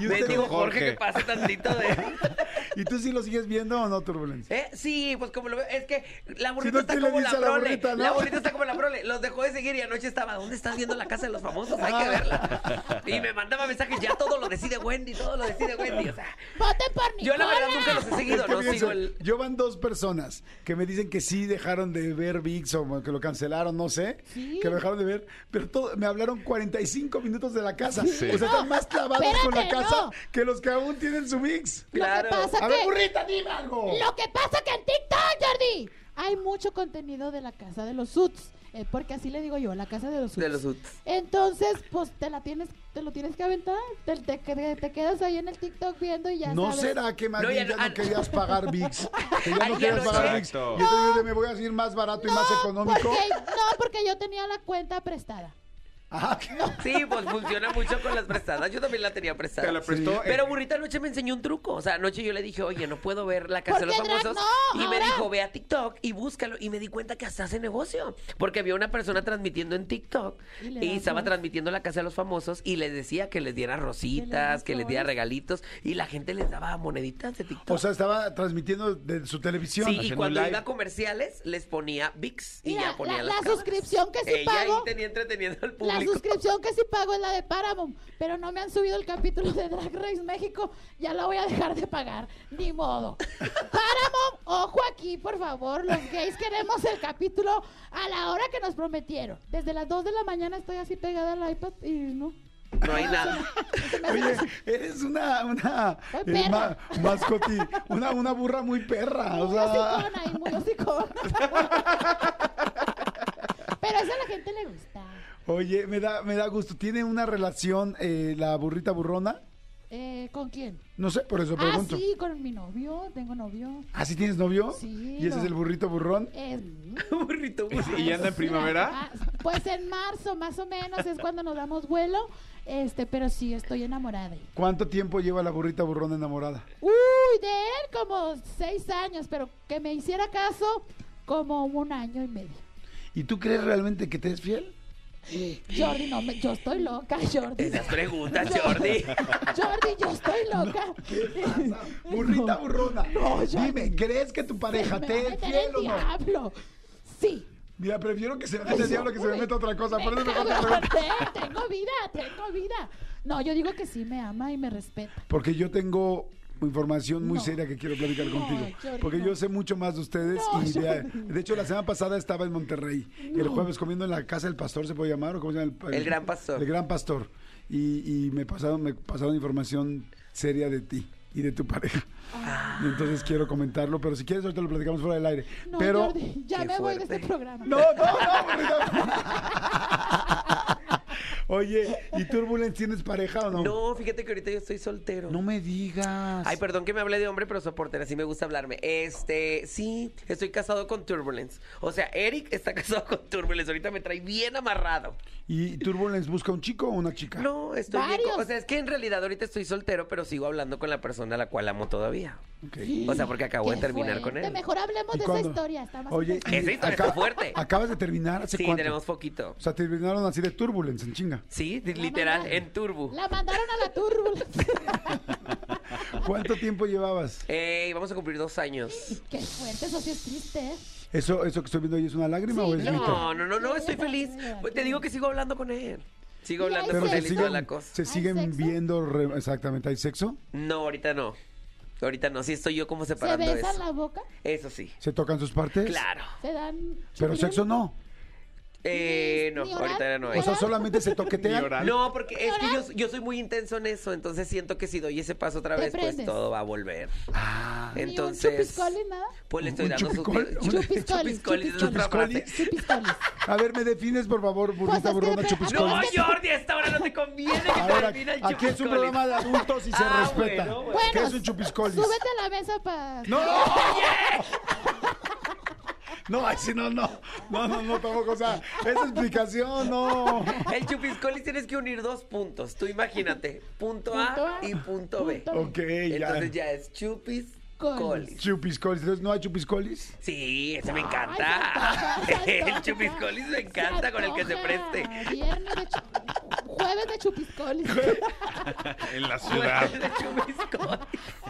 [SPEAKER 2] ¿Y
[SPEAKER 3] Ven,
[SPEAKER 2] usted,
[SPEAKER 3] digo, Jorge,
[SPEAKER 5] Jorge?
[SPEAKER 3] que pase tantito de...
[SPEAKER 2] ¿Y tú sí lo sigues viendo o no, Turbulencia?
[SPEAKER 3] ¿Eh? Sí, pues como lo veo, es que la burrita
[SPEAKER 2] no,
[SPEAKER 3] está
[SPEAKER 2] ¿qué le
[SPEAKER 3] como la
[SPEAKER 2] dice a
[SPEAKER 3] prole.
[SPEAKER 2] la
[SPEAKER 3] La burrita,
[SPEAKER 2] burrita, no?
[SPEAKER 3] está como la prole. Los dejó de seguir y anoche estaba, ¿dónde estás viendo la casa de los famosos? Hay
[SPEAKER 2] Ah.
[SPEAKER 3] que verla. Y me mandaba mensajes, ya todo lo decide Wendy, todo lo decide Wendy. O sea,
[SPEAKER 4] ¡Voten por Nicola!
[SPEAKER 3] yo la verdad nunca los he seguido,
[SPEAKER 2] Es que
[SPEAKER 3] no
[SPEAKER 2] fíjense,
[SPEAKER 3] sigo el.
[SPEAKER 2] Yo van dos personas que me dicen que sí dejaron de ver VIX o que lo cancelaron, no sé,
[SPEAKER 4] Sí.
[SPEAKER 2] que lo dejaron de ver, pero todo, me hablaron 45 minutos de la casa.
[SPEAKER 5] Sí.
[SPEAKER 2] O sea, están más clavados con la
[SPEAKER 4] Espérate,
[SPEAKER 2] casa
[SPEAKER 4] no.
[SPEAKER 2] que los que aún tienen su VIX.
[SPEAKER 4] Lo
[SPEAKER 3] Claro.
[SPEAKER 4] que pasa
[SPEAKER 2] A
[SPEAKER 4] que...
[SPEAKER 2] ver, burrita, dime algo.
[SPEAKER 4] Lo que pasa que en TikTok, Jordi, hay mucho contenido de la casa de los suits. eh, porque así le digo yo, la casa de los suits.
[SPEAKER 3] De los suits.
[SPEAKER 4] Entonces, pues te la tienes, te lo tienes que aventar. Te, te, que- te quedas ahí en el TikTok viendo y ya
[SPEAKER 2] ¿No
[SPEAKER 4] sabes.
[SPEAKER 2] será que más
[SPEAKER 3] No,
[SPEAKER 2] bien ya
[SPEAKER 3] ya no-
[SPEAKER 2] no querías pagar VIX? Que ya no
[SPEAKER 3] Ay, ya
[SPEAKER 2] querías
[SPEAKER 3] no
[SPEAKER 2] pagar
[SPEAKER 5] sé.
[SPEAKER 2] VIX. Y
[SPEAKER 5] Exacto.
[SPEAKER 2] entonces yo dije, me voy a ir más barato y más económico.
[SPEAKER 4] Porque, no, porque yo tenía la cuenta prestada.
[SPEAKER 2] Ajá.
[SPEAKER 3] Sí, pues funciona mucho con las prestadas. Yo también la tenía prestada.
[SPEAKER 5] Te la prestó, eh.
[SPEAKER 3] Pero Burrita anoche me enseñó un truco. O sea, anoche yo le dije, oye, no puedo ver la casa de
[SPEAKER 4] ¿Por
[SPEAKER 3] los
[SPEAKER 4] qué drag?
[SPEAKER 3] famosos.
[SPEAKER 4] No,
[SPEAKER 3] y me
[SPEAKER 4] ahora.
[SPEAKER 3] dijo, ve a TikTok y búscalo. Y me di cuenta que hasta hace negocio. Porque había una persona transmitiendo en TikTok
[SPEAKER 4] Y le
[SPEAKER 3] y,
[SPEAKER 4] das
[SPEAKER 3] estaba
[SPEAKER 4] likes.
[SPEAKER 3] transmitiendo la casa de los famosos y les decía que les diera rositas,
[SPEAKER 4] das
[SPEAKER 3] que les diera
[SPEAKER 4] likes.
[SPEAKER 3] regalitos. Y la gente les daba moneditas de TikTok.
[SPEAKER 2] O sea, estaba transmitiendo de su televisión.
[SPEAKER 3] Sí, y
[SPEAKER 5] haciendo un
[SPEAKER 3] cuando
[SPEAKER 5] live.
[SPEAKER 3] iba a comerciales les ponía VIX y
[SPEAKER 4] Mira,
[SPEAKER 3] ya ponía
[SPEAKER 4] la-
[SPEAKER 3] las
[SPEAKER 4] la
[SPEAKER 3] cámaras.
[SPEAKER 4] suscripción que sí
[SPEAKER 3] Ella ahí
[SPEAKER 4] pago.
[SPEAKER 3] tenía entreteniendo al
[SPEAKER 4] La
[SPEAKER 3] público.
[SPEAKER 4] suscripción que sí pago es la de Paramount, pero no me han subido el capítulo de Drag Race México. Ya la voy a dejar de pagar. Ni modo. Paramount, ojo aquí, por favor. Los gays queremos el capítulo a la hora que nos prometieron. Desde las 2 de la mañana estoy así pegada al iPad y no.
[SPEAKER 3] No hay nada.
[SPEAKER 2] Oye, eres una, una
[SPEAKER 4] Soy
[SPEAKER 2] eres
[SPEAKER 4] perra.
[SPEAKER 2] ma- mascoti, una, una burra muy perra. o
[SPEAKER 4] Muy
[SPEAKER 2] sea,
[SPEAKER 4] hocicona y muy hocicona. Pero eso a la gente le gusta.
[SPEAKER 2] oye, me da, me da gusto. ¿Tiene una relación eh, la burrita burrona?
[SPEAKER 4] Eh, ¿Con quién?
[SPEAKER 2] No sé, por eso
[SPEAKER 4] Ah,
[SPEAKER 2] pregunto.
[SPEAKER 4] sí, con mi novio. Tengo novio.
[SPEAKER 2] ¿Ah, sí tienes novio?
[SPEAKER 4] Sí, Eh.
[SPEAKER 2] ¿Y ese
[SPEAKER 4] lo-
[SPEAKER 2] es el burrito burrón?
[SPEAKER 4] Es
[SPEAKER 3] Burrito, burrito.
[SPEAKER 5] ¿Y anda en primavera?
[SPEAKER 4] Ah, pues en marzo, más o menos, es cuando nos damos vuelo. Este, pero sí, estoy enamorada.
[SPEAKER 2] ¿Cuánto tiempo lleva la burrita burrona enamorada?
[SPEAKER 4] Uy, de él como seis años, pero que me hiciera caso como un año y medio.
[SPEAKER 2] ¿Y tú crees realmente que te es fiel?
[SPEAKER 4] Jordi, no, me, yo estoy loca, Jordi.
[SPEAKER 3] Esas preguntas, Jordi.
[SPEAKER 4] Jordi, yo estoy loca.
[SPEAKER 2] Burrita burrona.
[SPEAKER 4] No, ya-
[SPEAKER 2] Dime, ¿crees que tu pareja
[SPEAKER 4] Me
[SPEAKER 2] te
[SPEAKER 4] va a
[SPEAKER 2] es
[SPEAKER 4] meter
[SPEAKER 2] fiel
[SPEAKER 4] el
[SPEAKER 2] o no?
[SPEAKER 4] diablo. Sí.
[SPEAKER 2] Mira, prefiero que se me meta el Este diablo que se me
[SPEAKER 4] Uy,
[SPEAKER 2] meta otra cosa. Por eso mejor te
[SPEAKER 4] cago,
[SPEAKER 2] pregunto.
[SPEAKER 4] Tengo vida, tengo vida. No, yo digo que sí me ama y me respeta.
[SPEAKER 2] Porque yo tengo información muy
[SPEAKER 4] No.
[SPEAKER 2] seria que quiero platicar
[SPEAKER 4] No,
[SPEAKER 2] contigo.
[SPEAKER 4] Jordi,
[SPEAKER 2] porque
[SPEAKER 4] no.
[SPEAKER 2] yo sé mucho más de ustedes.
[SPEAKER 4] No,
[SPEAKER 2] y de,
[SPEAKER 4] Jordi.
[SPEAKER 2] de hecho, la semana pasada estaba en Monterrey. El jueves comiendo en la casa del pastor, ¿se puede llamar? ¿O cómo se llama?
[SPEAKER 3] El Gran Pastor.
[SPEAKER 2] El gran pastor. Y, y me, pasaron, me pasaron información seria de ti y de tu pareja. Y entonces quiero comentarlo, pero si quieres ahorita lo platicamos fuera del aire.
[SPEAKER 4] Ah. No,
[SPEAKER 2] pero...
[SPEAKER 4] Jordi, ya
[SPEAKER 3] Qué
[SPEAKER 4] me voy de
[SPEAKER 3] fuerte.
[SPEAKER 4] este programa.
[SPEAKER 2] No, no, no, burrita. Oye, ¿y Turbulence tienes pareja o no?
[SPEAKER 3] No, fíjate que ahorita yo estoy soltero.
[SPEAKER 2] No me digas.
[SPEAKER 3] Ay, perdón que me hablé de hombre, pero soporten, así me gusta hablarme. Este, sí, estoy casado con Turbulence. O sea, Eric está casado con Turbulence. Ahorita me trae bien amarrado.
[SPEAKER 2] ¿Y Turbulence busca un chico o una chica?
[SPEAKER 3] No, estoy bien con-
[SPEAKER 4] Varios.
[SPEAKER 3] O sea, es que en realidad ahorita estoy soltero, pero sigo hablando con la persona a la cual amo todavía.
[SPEAKER 2] Ok.
[SPEAKER 3] O sea, porque acabo de
[SPEAKER 4] Qué
[SPEAKER 3] terminar
[SPEAKER 4] fuerte.
[SPEAKER 3] con él.
[SPEAKER 4] Mejor hablemos
[SPEAKER 2] ¿Y
[SPEAKER 4] de
[SPEAKER 2] cuándo?
[SPEAKER 4] Pues esa historia. Está más
[SPEAKER 2] Oye,
[SPEAKER 4] interesante.
[SPEAKER 2] y
[SPEAKER 3] Esa historia está fuerte.
[SPEAKER 2] Acabas de terminar hace
[SPEAKER 3] Sí,
[SPEAKER 2] cuánto?
[SPEAKER 3] tenemos poquito.
[SPEAKER 2] O sea, terminaron así de Turbulence en chinga.
[SPEAKER 3] Sí,
[SPEAKER 4] La
[SPEAKER 3] literal,
[SPEAKER 4] mandaron-
[SPEAKER 3] en turbo.
[SPEAKER 4] La mandaron a la turbulencia.
[SPEAKER 2] ¿Cuánto tiempo llevabas?
[SPEAKER 3] Ey, vamos a cumplir dos años.
[SPEAKER 4] Qué fuerte, eso sí es triste. ¿eh?
[SPEAKER 2] ¿Eso, eso que estoy viendo ahí es una lágrima
[SPEAKER 4] Sí,
[SPEAKER 2] o es
[SPEAKER 4] no.
[SPEAKER 2] mito?
[SPEAKER 3] No, no, no, no, estoy feliz. Te digo que sigo hablando con él. Sigo
[SPEAKER 4] Y
[SPEAKER 3] hablando
[SPEAKER 4] hay
[SPEAKER 2] Pero
[SPEAKER 3] con
[SPEAKER 4] sexo.
[SPEAKER 2] se
[SPEAKER 3] él y toda
[SPEAKER 2] siguen,
[SPEAKER 3] la cosa.
[SPEAKER 2] se
[SPEAKER 4] ¿Hay
[SPEAKER 2] siguen
[SPEAKER 4] sexo?
[SPEAKER 2] viendo re- exactamente. ¿Hay sexo?
[SPEAKER 3] No, ahorita no. Ahorita no, sí estoy yo como
[SPEAKER 4] ¿Se
[SPEAKER 3] separando
[SPEAKER 4] besan
[SPEAKER 3] eso.
[SPEAKER 4] la boca?
[SPEAKER 3] Eso sí.
[SPEAKER 2] ¿Se tocan sus partes?
[SPEAKER 3] Claro.
[SPEAKER 4] ¿Se dan
[SPEAKER 2] Pero
[SPEAKER 4] chupirul?
[SPEAKER 2] sexo no.
[SPEAKER 3] Eh, no,
[SPEAKER 4] ni oral,
[SPEAKER 3] ahorita no
[SPEAKER 4] ni
[SPEAKER 3] hay.
[SPEAKER 2] O sea, solamente se
[SPEAKER 5] Ni
[SPEAKER 2] toquetean.
[SPEAKER 5] oral.
[SPEAKER 3] No, porque es que yo, yo soy muy intenso en eso, entonces siento que si doy ese paso otra
[SPEAKER 4] Te
[SPEAKER 3] vez, pues
[SPEAKER 4] prendes.
[SPEAKER 3] todo va a volver.
[SPEAKER 2] Ah,
[SPEAKER 4] ¿Ni un
[SPEAKER 3] Entonces,
[SPEAKER 4] chupiscol ni nada?
[SPEAKER 3] pues le estoy
[SPEAKER 2] ¿Un
[SPEAKER 3] dando su
[SPEAKER 2] chupicol?
[SPEAKER 3] chup-
[SPEAKER 2] Un-
[SPEAKER 3] chupiscolis,
[SPEAKER 4] chupiscolis,
[SPEAKER 3] es otra frase.
[SPEAKER 2] chupiscolis.
[SPEAKER 4] Chupiscolis.
[SPEAKER 2] a ver, me defines, por favor,
[SPEAKER 4] Pues es
[SPEAKER 2] burrita
[SPEAKER 4] que
[SPEAKER 2] burrona
[SPEAKER 4] de-
[SPEAKER 2] chupiscol.
[SPEAKER 3] No,
[SPEAKER 4] Chupiscolis.
[SPEAKER 3] Jordi, a esta hora no te conviene que
[SPEAKER 2] Ahora,
[SPEAKER 3] termine el
[SPEAKER 2] aquí es un
[SPEAKER 3] chupiscolis.
[SPEAKER 2] programa de adultos y se
[SPEAKER 3] Ah,
[SPEAKER 2] respeta.
[SPEAKER 3] bueno, bueno.
[SPEAKER 2] ¿Qué
[SPEAKER 4] Bueno,
[SPEAKER 2] es un chupiscolis?
[SPEAKER 4] Súbete a la mesa para...
[SPEAKER 2] ¡No! No, ay, sí, no, no. No, no, no, tampoco. O sea, esa explicación, no.
[SPEAKER 3] El chupiscolis tienes que unir dos puntos. Tú imagínate, punto, A, y punto B.
[SPEAKER 4] punto
[SPEAKER 2] Ok, ya.
[SPEAKER 3] Entonces ya es chupiscolis.
[SPEAKER 2] Chupiscolis. Entonces, ¿no hay chupiscolis?
[SPEAKER 3] Sí, ese me
[SPEAKER 4] Ay,
[SPEAKER 3] encanta.
[SPEAKER 4] se antoja, se
[SPEAKER 3] El
[SPEAKER 4] antoja.
[SPEAKER 3] chupiscolis me encanta con el que se
[SPEAKER 4] antoja.
[SPEAKER 3] preste.
[SPEAKER 4] Viernes de chu- Jueves de chupiscolis.
[SPEAKER 5] En la ciudad.
[SPEAKER 3] El chupiscolis.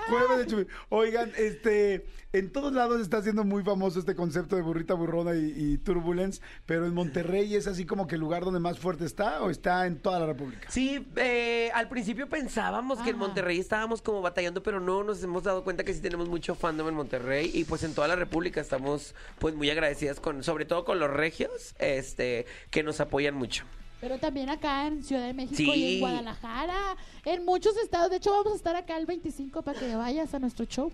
[SPEAKER 2] Jueves de chupi- Oigan, este, en todos lados está siendo muy famoso este concepto de burrita burrona y, y turbulence, pero en Monterrey es así como que el lugar donde más fuerte está o está en toda la República.
[SPEAKER 3] Sí, eh, al principio pensábamos que en
[SPEAKER 4] Ajá.
[SPEAKER 3] Monterrey estábamos como batallando, pero no, nos hemos dado cuenta que sí tenemos mucho fandom en Monterrey y pues en toda la República estamos pues muy agradecidas con, sobre todo con los regios, este, que nos apoyan mucho.
[SPEAKER 4] Pero también acá en Ciudad de México
[SPEAKER 3] Sí.
[SPEAKER 4] y en Guadalajara, en muchos estados. De hecho, vamos a estar acá el 25 para que vayas a nuestro show.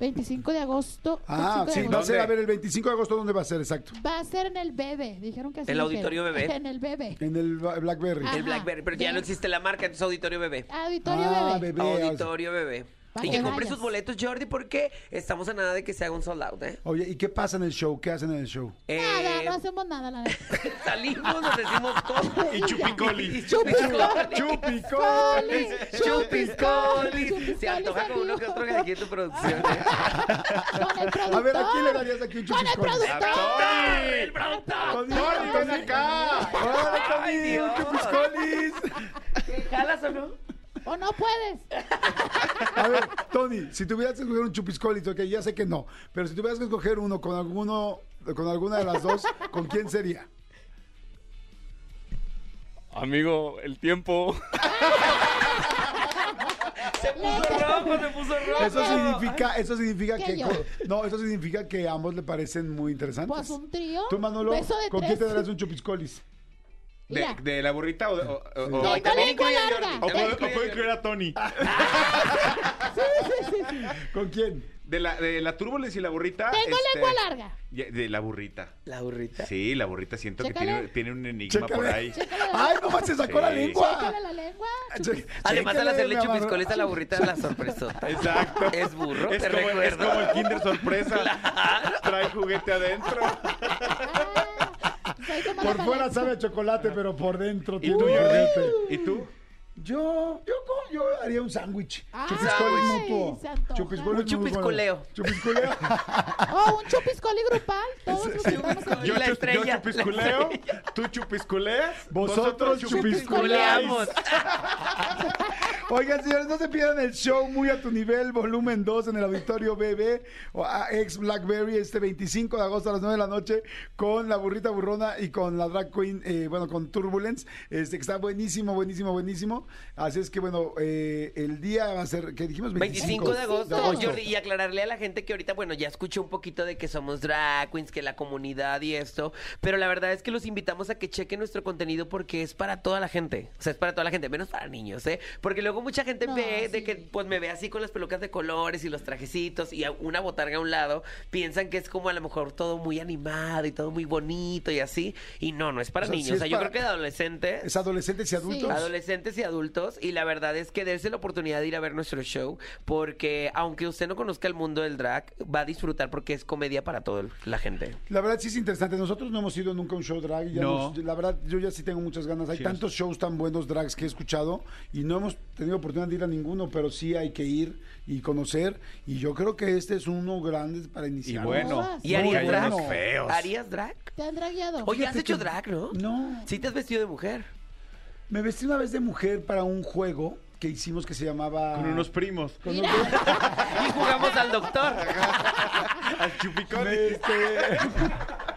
[SPEAKER 4] 25 de agosto.
[SPEAKER 2] Ah,
[SPEAKER 4] 25 de
[SPEAKER 2] sí,
[SPEAKER 4] agosto.
[SPEAKER 2] va a ser,
[SPEAKER 5] ¿Dónde?
[SPEAKER 2] a ver, el 25 de agosto, ¿dónde va a ser? Exacto.
[SPEAKER 4] Va a ser en el Bebe, dijeron que así.
[SPEAKER 3] ¿El
[SPEAKER 4] dijeron.
[SPEAKER 3] auditorio Bebe?
[SPEAKER 4] En el Bebe.
[SPEAKER 2] En el Ba- Blackberry.
[SPEAKER 4] Ah, Ajá,
[SPEAKER 3] El Blackberry, pero ya
[SPEAKER 4] bien.
[SPEAKER 3] no existe la marca, entonces Auditorio Bebé.
[SPEAKER 4] Auditorio
[SPEAKER 2] Ah,
[SPEAKER 4] Bebe.
[SPEAKER 2] bebé, o sea.
[SPEAKER 3] Auditorio Bebé.
[SPEAKER 4] Para
[SPEAKER 3] Y
[SPEAKER 4] que
[SPEAKER 3] que compre
[SPEAKER 4] vayas.
[SPEAKER 3] sus boletos, Jordi, porque estamos a nada de que se haga un sold out, ¿eh?
[SPEAKER 2] Oye, ¿y qué pasa en el show? ¿Qué hacen en el show?
[SPEAKER 4] Nada,
[SPEAKER 3] Eh,
[SPEAKER 4] no hacemos nada, la neta.
[SPEAKER 3] salimos, nos decimos cosas.
[SPEAKER 5] Y chupicoli.
[SPEAKER 3] Chupiscolis.
[SPEAKER 2] ¡Chupicolis!
[SPEAKER 3] Chupiscolis. Se antoja con
[SPEAKER 4] con
[SPEAKER 3] uno que otro que aquí en tu producción. ¿eh?
[SPEAKER 4] Con el productor.
[SPEAKER 2] A ver, ¿a quién le darías aquí un
[SPEAKER 4] Con el
[SPEAKER 2] chupiscolis?
[SPEAKER 4] productor.
[SPEAKER 5] ¡Ah!
[SPEAKER 3] ¡El productor!
[SPEAKER 2] ¡Con Tony, Tony acá! ¡Hola,
[SPEAKER 3] Ay,
[SPEAKER 2] Tony! ¡Un
[SPEAKER 3] Dios.
[SPEAKER 2] chupiscolis!
[SPEAKER 3] ¿Jalas o no?
[SPEAKER 4] O no puedes.
[SPEAKER 3] Ah,
[SPEAKER 2] A ver, Tony, si tuvieras que escoger un chupiscolis, ok, ya sé que no, pero si tuvieras que escoger uno con alguno, con alguna de las dos, ¿con quién sería?
[SPEAKER 6] Amigo, el tiempo.
[SPEAKER 3] Se puso rojo, se puso rojo.
[SPEAKER 2] Eso significa, eso significa
[SPEAKER 4] ¿Qué
[SPEAKER 2] que
[SPEAKER 4] yo?
[SPEAKER 2] co- no, eso significa que a ambos le parecen muy interesantes.
[SPEAKER 4] Pues un trío.
[SPEAKER 2] Tú, Manolo,
[SPEAKER 4] beso de
[SPEAKER 2] ¿con
[SPEAKER 4] tres.
[SPEAKER 2] quién te darás un chupiscolis?
[SPEAKER 5] ¿De,
[SPEAKER 4] Mira.
[SPEAKER 5] de la burrita o de.? o- o-
[SPEAKER 4] Tengo
[SPEAKER 5] o-
[SPEAKER 4] lengua larga.
[SPEAKER 5] Jordi.
[SPEAKER 6] O
[SPEAKER 4] Ok.
[SPEAKER 6] puedo, o puedo incluir a Tony.
[SPEAKER 2] ¿Con quién?
[SPEAKER 5] De la, de la turbulencia y la burrita.
[SPEAKER 4] Tengo
[SPEAKER 5] este,
[SPEAKER 4] lengua larga.
[SPEAKER 5] ya- De la burrita.
[SPEAKER 3] La burrita.
[SPEAKER 5] Sí, la burrita siento que
[SPEAKER 4] Chécale.
[SPEAKER 5] tiene, tiene un enigma por ahí.
[SPEAKER 4] Chécale la-
[SPEAKER 2] Ay, nomás se sacó la
[SPEAKER 5] Sí.
[SPEAKER 2] lengua.
[SPEAKER 4] Chécale la lengua.
[SPEAKER 2] Che-
[SPEAKER 3] Además, al
[SPEAKER 2] chécale,
[SPEAKER 3] hacerle
[SPEAKER 2] mi amor.
[SPEAKER 3] chupiscolis a la burrita, la sorpresota.
[SPEAKER 5] Exacto.
[SPEAKER 3] Es burro,
[SPEAKER 5] Es
[SPEAKER 3] te
[SPEAKER 5] como, es
[SPEAKER 3] recuerdo.
[SPEAKER 5] como el Kinder Sorpresa. Trae juguete adentro.
[SPEAKER 4] Ah, soy como
[SPEAKER 2] Por
[SPEAKER 4] la
[SPEAKER 2] fuera
[SPEAKER 4] paleta.
[SPEAKER 2] sabe a chocolate, pero por dentro
[SPEAKER 5] ¿Y
[SPEAKER 2] tiene
[SPEAKER 5] tú,
[SPEAKER 2] un
[SPEAKER 5] Jordi?
[SPEAKER 2] Uh, juguete.
[SPEAKER 5] ¿Y tú?
[SPEAKER 2] Yo, yo, como- yo haría un sándwich.
[SPEAKER 4] Ay,
[SPEAKER 2] Chupiscolis
[SPEAKER 4] sándwich.
[SPEAKER 2] mutuo.
[SPEAKER 4] se antoja.
[SPEAKER 2] Chupiscolis
[SPEAKER 3] Un chupiscoleo.
[SPEAKER 2] mutuo. Chupiscoleo.
[SPEAKER 4] O un chupiscoli grupal. Todos los que estamos aquí.
[SPEAKER 3] Yo- la
[SPEAKER 5] chu-
[SPEAKER 3] estrella,
[SPEAKER 5] yo chupisculeo,
[SPEAKER 3] la
[SPEAKER 5] tú chupisculeas,
[SPEAKER 2] Vosotros chupisculeáis.
[SPEAKER 3] Culeamos.
[SPEAKER 2] Oigan, señores, no se pierdan el show Muy a tu nivel, volumen 2 en el auditorio BB, o a ex Blackberry, este 25 de agosto a las 9 de la noche, con la burrita burrona y con la drag queen, eh, bueno, con Turbulence, este que está buenísimo, buenísimo, buenísimo. Así es que, bueno, eh, el día va a ser, ¿qué dijimos?
[SPEAKER 3] 25 de agosto,
[SPEAKER 4] de agosto.
[SPEAKER 3] Jordi, y aclararle a la gente que ahorita, bueno, ya escuché un poquito de que somos drag queens, que la comunidad y esto, pero la verdad es que los invitamos a que chequen nuestro contenido porque es para toda la gente, o sea, es para toda la gente, menos para niños, ¿eh? Porque luego mucha gente
[SPEAKER 4] No,
[SPEAKER 3] ve de
[SPEAKER 4] sí.
[SPEAKER 3] que, pues me ve así con las pelucas de colores y los trajecitos y a- una botarga a un lado, piensan que es como a lo mejor todo muy animado y todo muy bonito y así, y no, no es para
[SPEAKER 2] O sea,
[SPEAKER 3] niños,
[SPEAKER 2] sí
[SPEAKER 3] o
[SPEAKER 2] es
[SPEAKER 3] sea, yo
[SPEAKER 2] para-
[SPEAKER 3] creo que de adolescentes...
[SPEAKER 2] Es adolescentes y adultos.
[SPEAKER 3] Adolescentes y adultos, y la verdad es que dense la oportunidad de ir a ver nuestro show, porque aunque usted no conozca el mundo del drag, va a disfrutar porque es comedia para toda la gente.
[SPEAKER 2] La verdad sí es interesante. Nosotros no hemos ido nunca a un show drag. y ya
[SPEAKER 5] No.
[SPEAKER 2] nos- la verdad, yo ya sí tengo muchas ganas. Hay tantos shows tan buenos drags que he escuchado y no hemos tenido oportunidad de ir a ninguno, pero sí hay que ir y conocer. Y yo creo que este es uno grande para
[SPEAKER 5] Y
[SPEAKER 2] iniciar.
[SPEAKER 5] bueno,
[SPEAKER 3] ¿Y
[SPEAKER 2] No,
[SPEAKER 3] harías
[SPEAKER 2] no,
[SPEAKER 3] drag?
[SPEAKER 2] no.
[SPEAKER 5] feos.
[SPEAKER 3] ¿Harías drag?
[SPEAKER 4] Te han dragueado.
[SPEAKER 3] Oye, has
[SPEAKER 2] Fíjate
[SPEAKER 3] hecho
[SPEAKER 2] que-
[SPEAKER 3] drag, ¿no?
[SPEAKER 2] No.
[SPEAKER 3] Sí, te has vestido de mujer.
[SPEAKER 2] Me vestí una vez de mujer para un juego que hicimos que se llamaba...
[SPEAKER 5] Con unos primos.
[SPEAKER 2] con
[SPEAKER 4] Mira.
[SPEAKER 2] unos-
[SPEAKER 3] Y jugamos al doctor.
[SPEAKER 5] Al chupicón.
[SPEAKER 2] Este,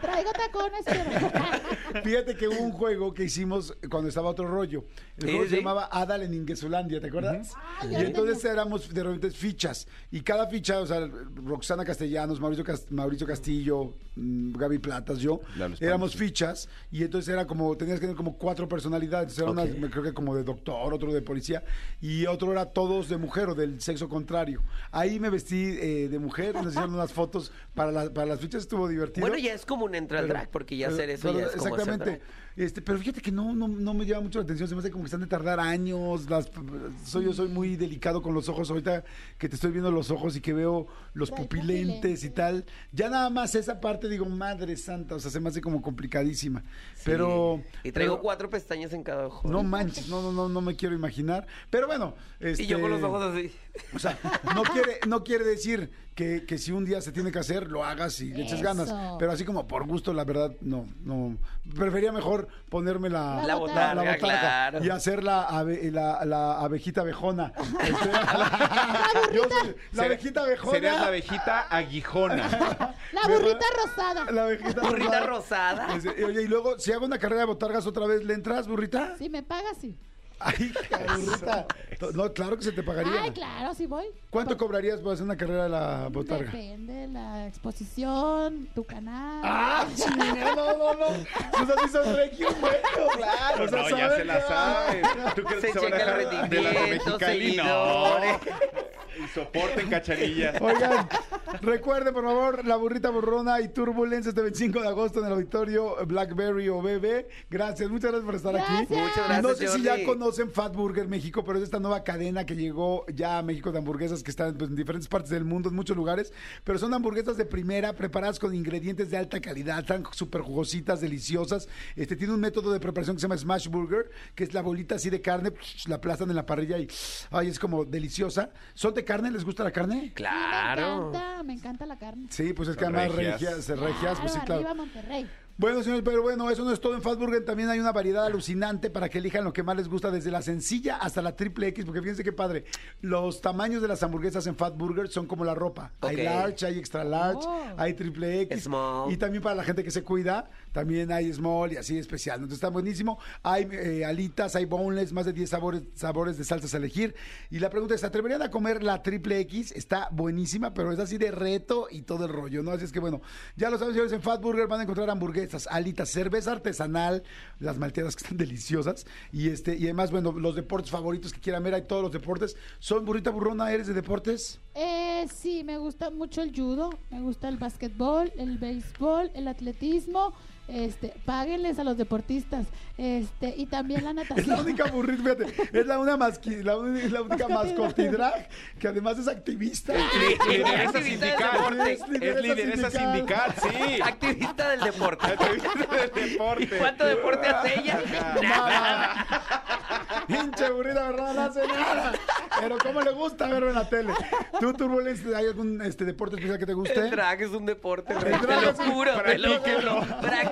[SPEAKER 4] Traigo tacones, pero.
[SPEAKER 2] Fíjate que hubo un juego que hicimos cuando estaba otro rollo. El
[SPEAKER 3] Sí,
[SPEAKER 2] juego se
[SPEAKER 3] sí. Ah,
[SPEAKER 2] llamaba Adal en Inguesulandia, ¿te acuerdas?
[SPEAKER 4] Ay,
[SPEAKER 2] y
[SPEAKER 4] ahorita
[SPEAKER 2] entonces
[SPEAKER 4] no.
[SPEAKER 2] éramos de repente fichas. Y cada ficha, o sea, Roxana Castellanos, Mauricio, Cas- Mauricio Castillo, mm, Gaby Platas, yo,
[SPEAKER 6] Lalo Espanto,
[SPEAKER 2] éramos
[SPEAKER 6] sí.
[SPEAKER 2] fichas. Y entonces era como, tenías que tener como cuatro personalidades. Era una,
[SPEAKER 3] Ok.
[SPEAKER 2] me- creo que como de doctor, otro de policía. Y otro era todos de mujer o del sexo contrario. Ahí me vestí eh, de mujer, nos hicieron unas fotos para, la- para las fichas, estuvo divertido.
[SPEAKER 3] Bueno, ya es como un entrar al
[SPEAKER 2] Pero-
[SPEAKER 3] drag, porque ya
[SPEAKER 2] pero-
[SPEAKER 3] hacer eso
[SPEAKER 2] pero
[SPEAKER 3] ya es como hacer
[SPEAKER 2] Exactamente.
[SPEAKER 3] drag.
[SPEAKER 2] Este, pero fíjate que no, no, no me llama mucho la atención. Se me hace como que están de tardar años. Las, soy, yo soy muy delicado con los ojos. Ahorita que te estoy viendo los ojos y que veo los
[SPEAKER 4] Trae
[SPEAKER 2] pupilentes y tal. Ya nada más esa parte digo, madre santa. O sea, se me hace como complicadísima. Pero.
[SPEAKER 3] Sí. Y traigo
[SPEAKER 2] pero-
[SPEAKER 3] cuatro pestañas en cada ojo.
[SPEAKER 2] No manches, no, no, no, no me quiero imaginar. Pero bueno. Este,
[SPEAKER 3] Y yo con los ojos así.
[SPEAKER 2] o sea, no quiere, no quiere decir que, que si un día se tiene que hacer, lo hagas y le eches
[SPEAKER 4] Eso.
[SPEAKER 2] ganas. Pero así como por gusto, la verdad, no, no. Prefería mejor ponerme la,
[SPEAKER 4] La botarga,
[SPEAKER 3] claro.
[SPEAKER 2] y hacer la, abe- la, la abejita abejona. Este, yo soy la
[SPEAKER 5] Seré-
[SPEAKER 2] abejita abejona.
[SPEAKER 5] Serías la abejita aguijona.
[SPEAKER 4] La burrita rosada.
[SPEAKER 2] la abejita
[SPEAKER 3] Burrita rosada.
[SPEAKER 2] Este, Oye, y luego, si hago una carrera de botargas otra vez, ¿le entras, burrita?
[SPEAKER 4] Si me pagas, sí.
[SPEAKER 2] Ay, burrita. No, claro que se te pagaría.
[SPEAKER 4] Ay, claro, sí voy.
[SPEAKER 2] ¿Cuánto cobrarías por hacer una carrera de la botarga?
[SPEAKER 4] Depende de la exposición, tu canal.
[SPEAKER 2] ¡Ah, chinga! No, no, no. Susan hizo regio, güey. Claro.
[SPEAKER 5] No, no, ya se la sabe. ¿Tú crees
[SPEAKER 3] Se
[SPEAKER 5] que se van a
[SPEAKER 3] checa el
[SPEAKER 5] dejar de las de
[SPEAKER 3] rendimiento,
[SPEAKER 5] Mexicali? No.
[SPEAKER 3] seguidores.
[SPEAKER 5] Y soporten cachanillas.
[SPEAKER 2] Oigan, recuerden por favor la burrita borrona y Turbulence este 25 de agosto en el auditorio Blackberry o BB. Gracias, muchas gracias por estar aquí.
[SPEAKER 4] Gracias. Muchas
[SPEAKER 3] gracias,
[SPEAKER 2] No sé si ya
[SPEAKER 3] Jordi.
[SPEAKER 2] conocen Fat Burger México, pero es esta nueva cadena que llegó ya a México de hamburguesas que están pues, en diferentes partes del mundo, en muchos lugares. Pero son hamburguesas de primera, preparadas con ingredientes de alta calidad, están súper jugositas, deliciosas. Este tiene un método de preparación que se llama Smash Burger, que es la bolita así de carne, la aplastan en la parrilla y ay, es como deliciosa. ¿Son de carne? ¿Les gusta la carne?
[SPEAKER 4] Sí, Me
[SPEAKER 3] Claro.
[SPEAKER 4] encanta, me encanta la carne.
[SPEAKER 2] Sí, pues es que
[SPEAKER 5] Son
[SPEAKER 2] además regias,
[SPEAKER 5] regias.
[SPEAKER 2] eh, regias, pues sí,
[SPEAKER 4] Claro,
[SPEAKER 2] claro.
[SPEAKER 4] Ah, arriba Monterrey.
[SPEAKER 2] Bueno, señores, pero bueno, eso no es todo. En Fatburger también hay una variedad alucinante para que elijan lo que más les gusta, desde la sencilla hasta la triple X, porque fíjense qué padre. Los tamaños de las hamburguesas en Fatburger son como la ropa. Hay
[SPEAKER 3] Ok.
[SPEAKER 2] large, hay extra large,
[SPEAKER 4] Oh.
[SPEAKER 2] hay triple X.
[SPEAKER 3] Small.
[SPEAKER 2] Y también para la gente que se cuida, también hay small y así especial. Entonces está buenísimo. Hay eh, alitas, hay boneless, más de 10 sabores, sabores de salsas a elegir. Y la pregunta es, ¿se atreverían a comer la triple X? Está buenísima, pero es así de reto y todo el rollo, ¿no? Así es que bueno, ya lo saben, señores, en Fat Burger van a encontrar hamburguesas, alitas, cerveza artesanal, las malteadas que están deliciosas. Y este y además, bueno, los deportes favoritos que quieran ver, hay todos los deportes. ¿Son burrita burrona? ¿Eres de deportes?
[SPEAKER 4] Eh, sí, me gusta mucho el judo, me gusta el básquetbol, el béisbol, el atletismo. Este, páguenles a los deportistas. Este, y también la
[SPEAKER 2] Es la
[SPEAKER 4] natación.
[SPEAKER 2] única burrita, fíjate, es la, una masqui- la, uni- es la única mascotidrag que además es activista.
[SPEAKER 5] Lideresa
[SPEAKER 3] Activista de
[SPEAKER 5] sindical.
[SPEAKER 3] deporte.
[SPEAKER 5] Es lideresa sindical, sí.
[SPEAKER 3] Activista del deporte.
[SPEAKER 5] Activista del deporte.
[SPEAKER 3] ¿Y cuánto deporte hace ella?
[SPEAKER 2] Nada. Hinche burrita, ¿verdad? No hace nada. Pero ¿cómo le gusta verlo en la tele? ¿Tú, Turbulence, hay algún este, deporte especial que te guste?
[SPEAKER 3] El drag es un deporte, güey.
[SPEAKER 2] El
[SPEAKER 3] te
[SPEAKER 2] drag
[SPEAKER 3] lo
[SPEAKER 2] es un-
[SPEAKER 3] juro, te lo juro.
[SPEAKER 2] Practíquelo.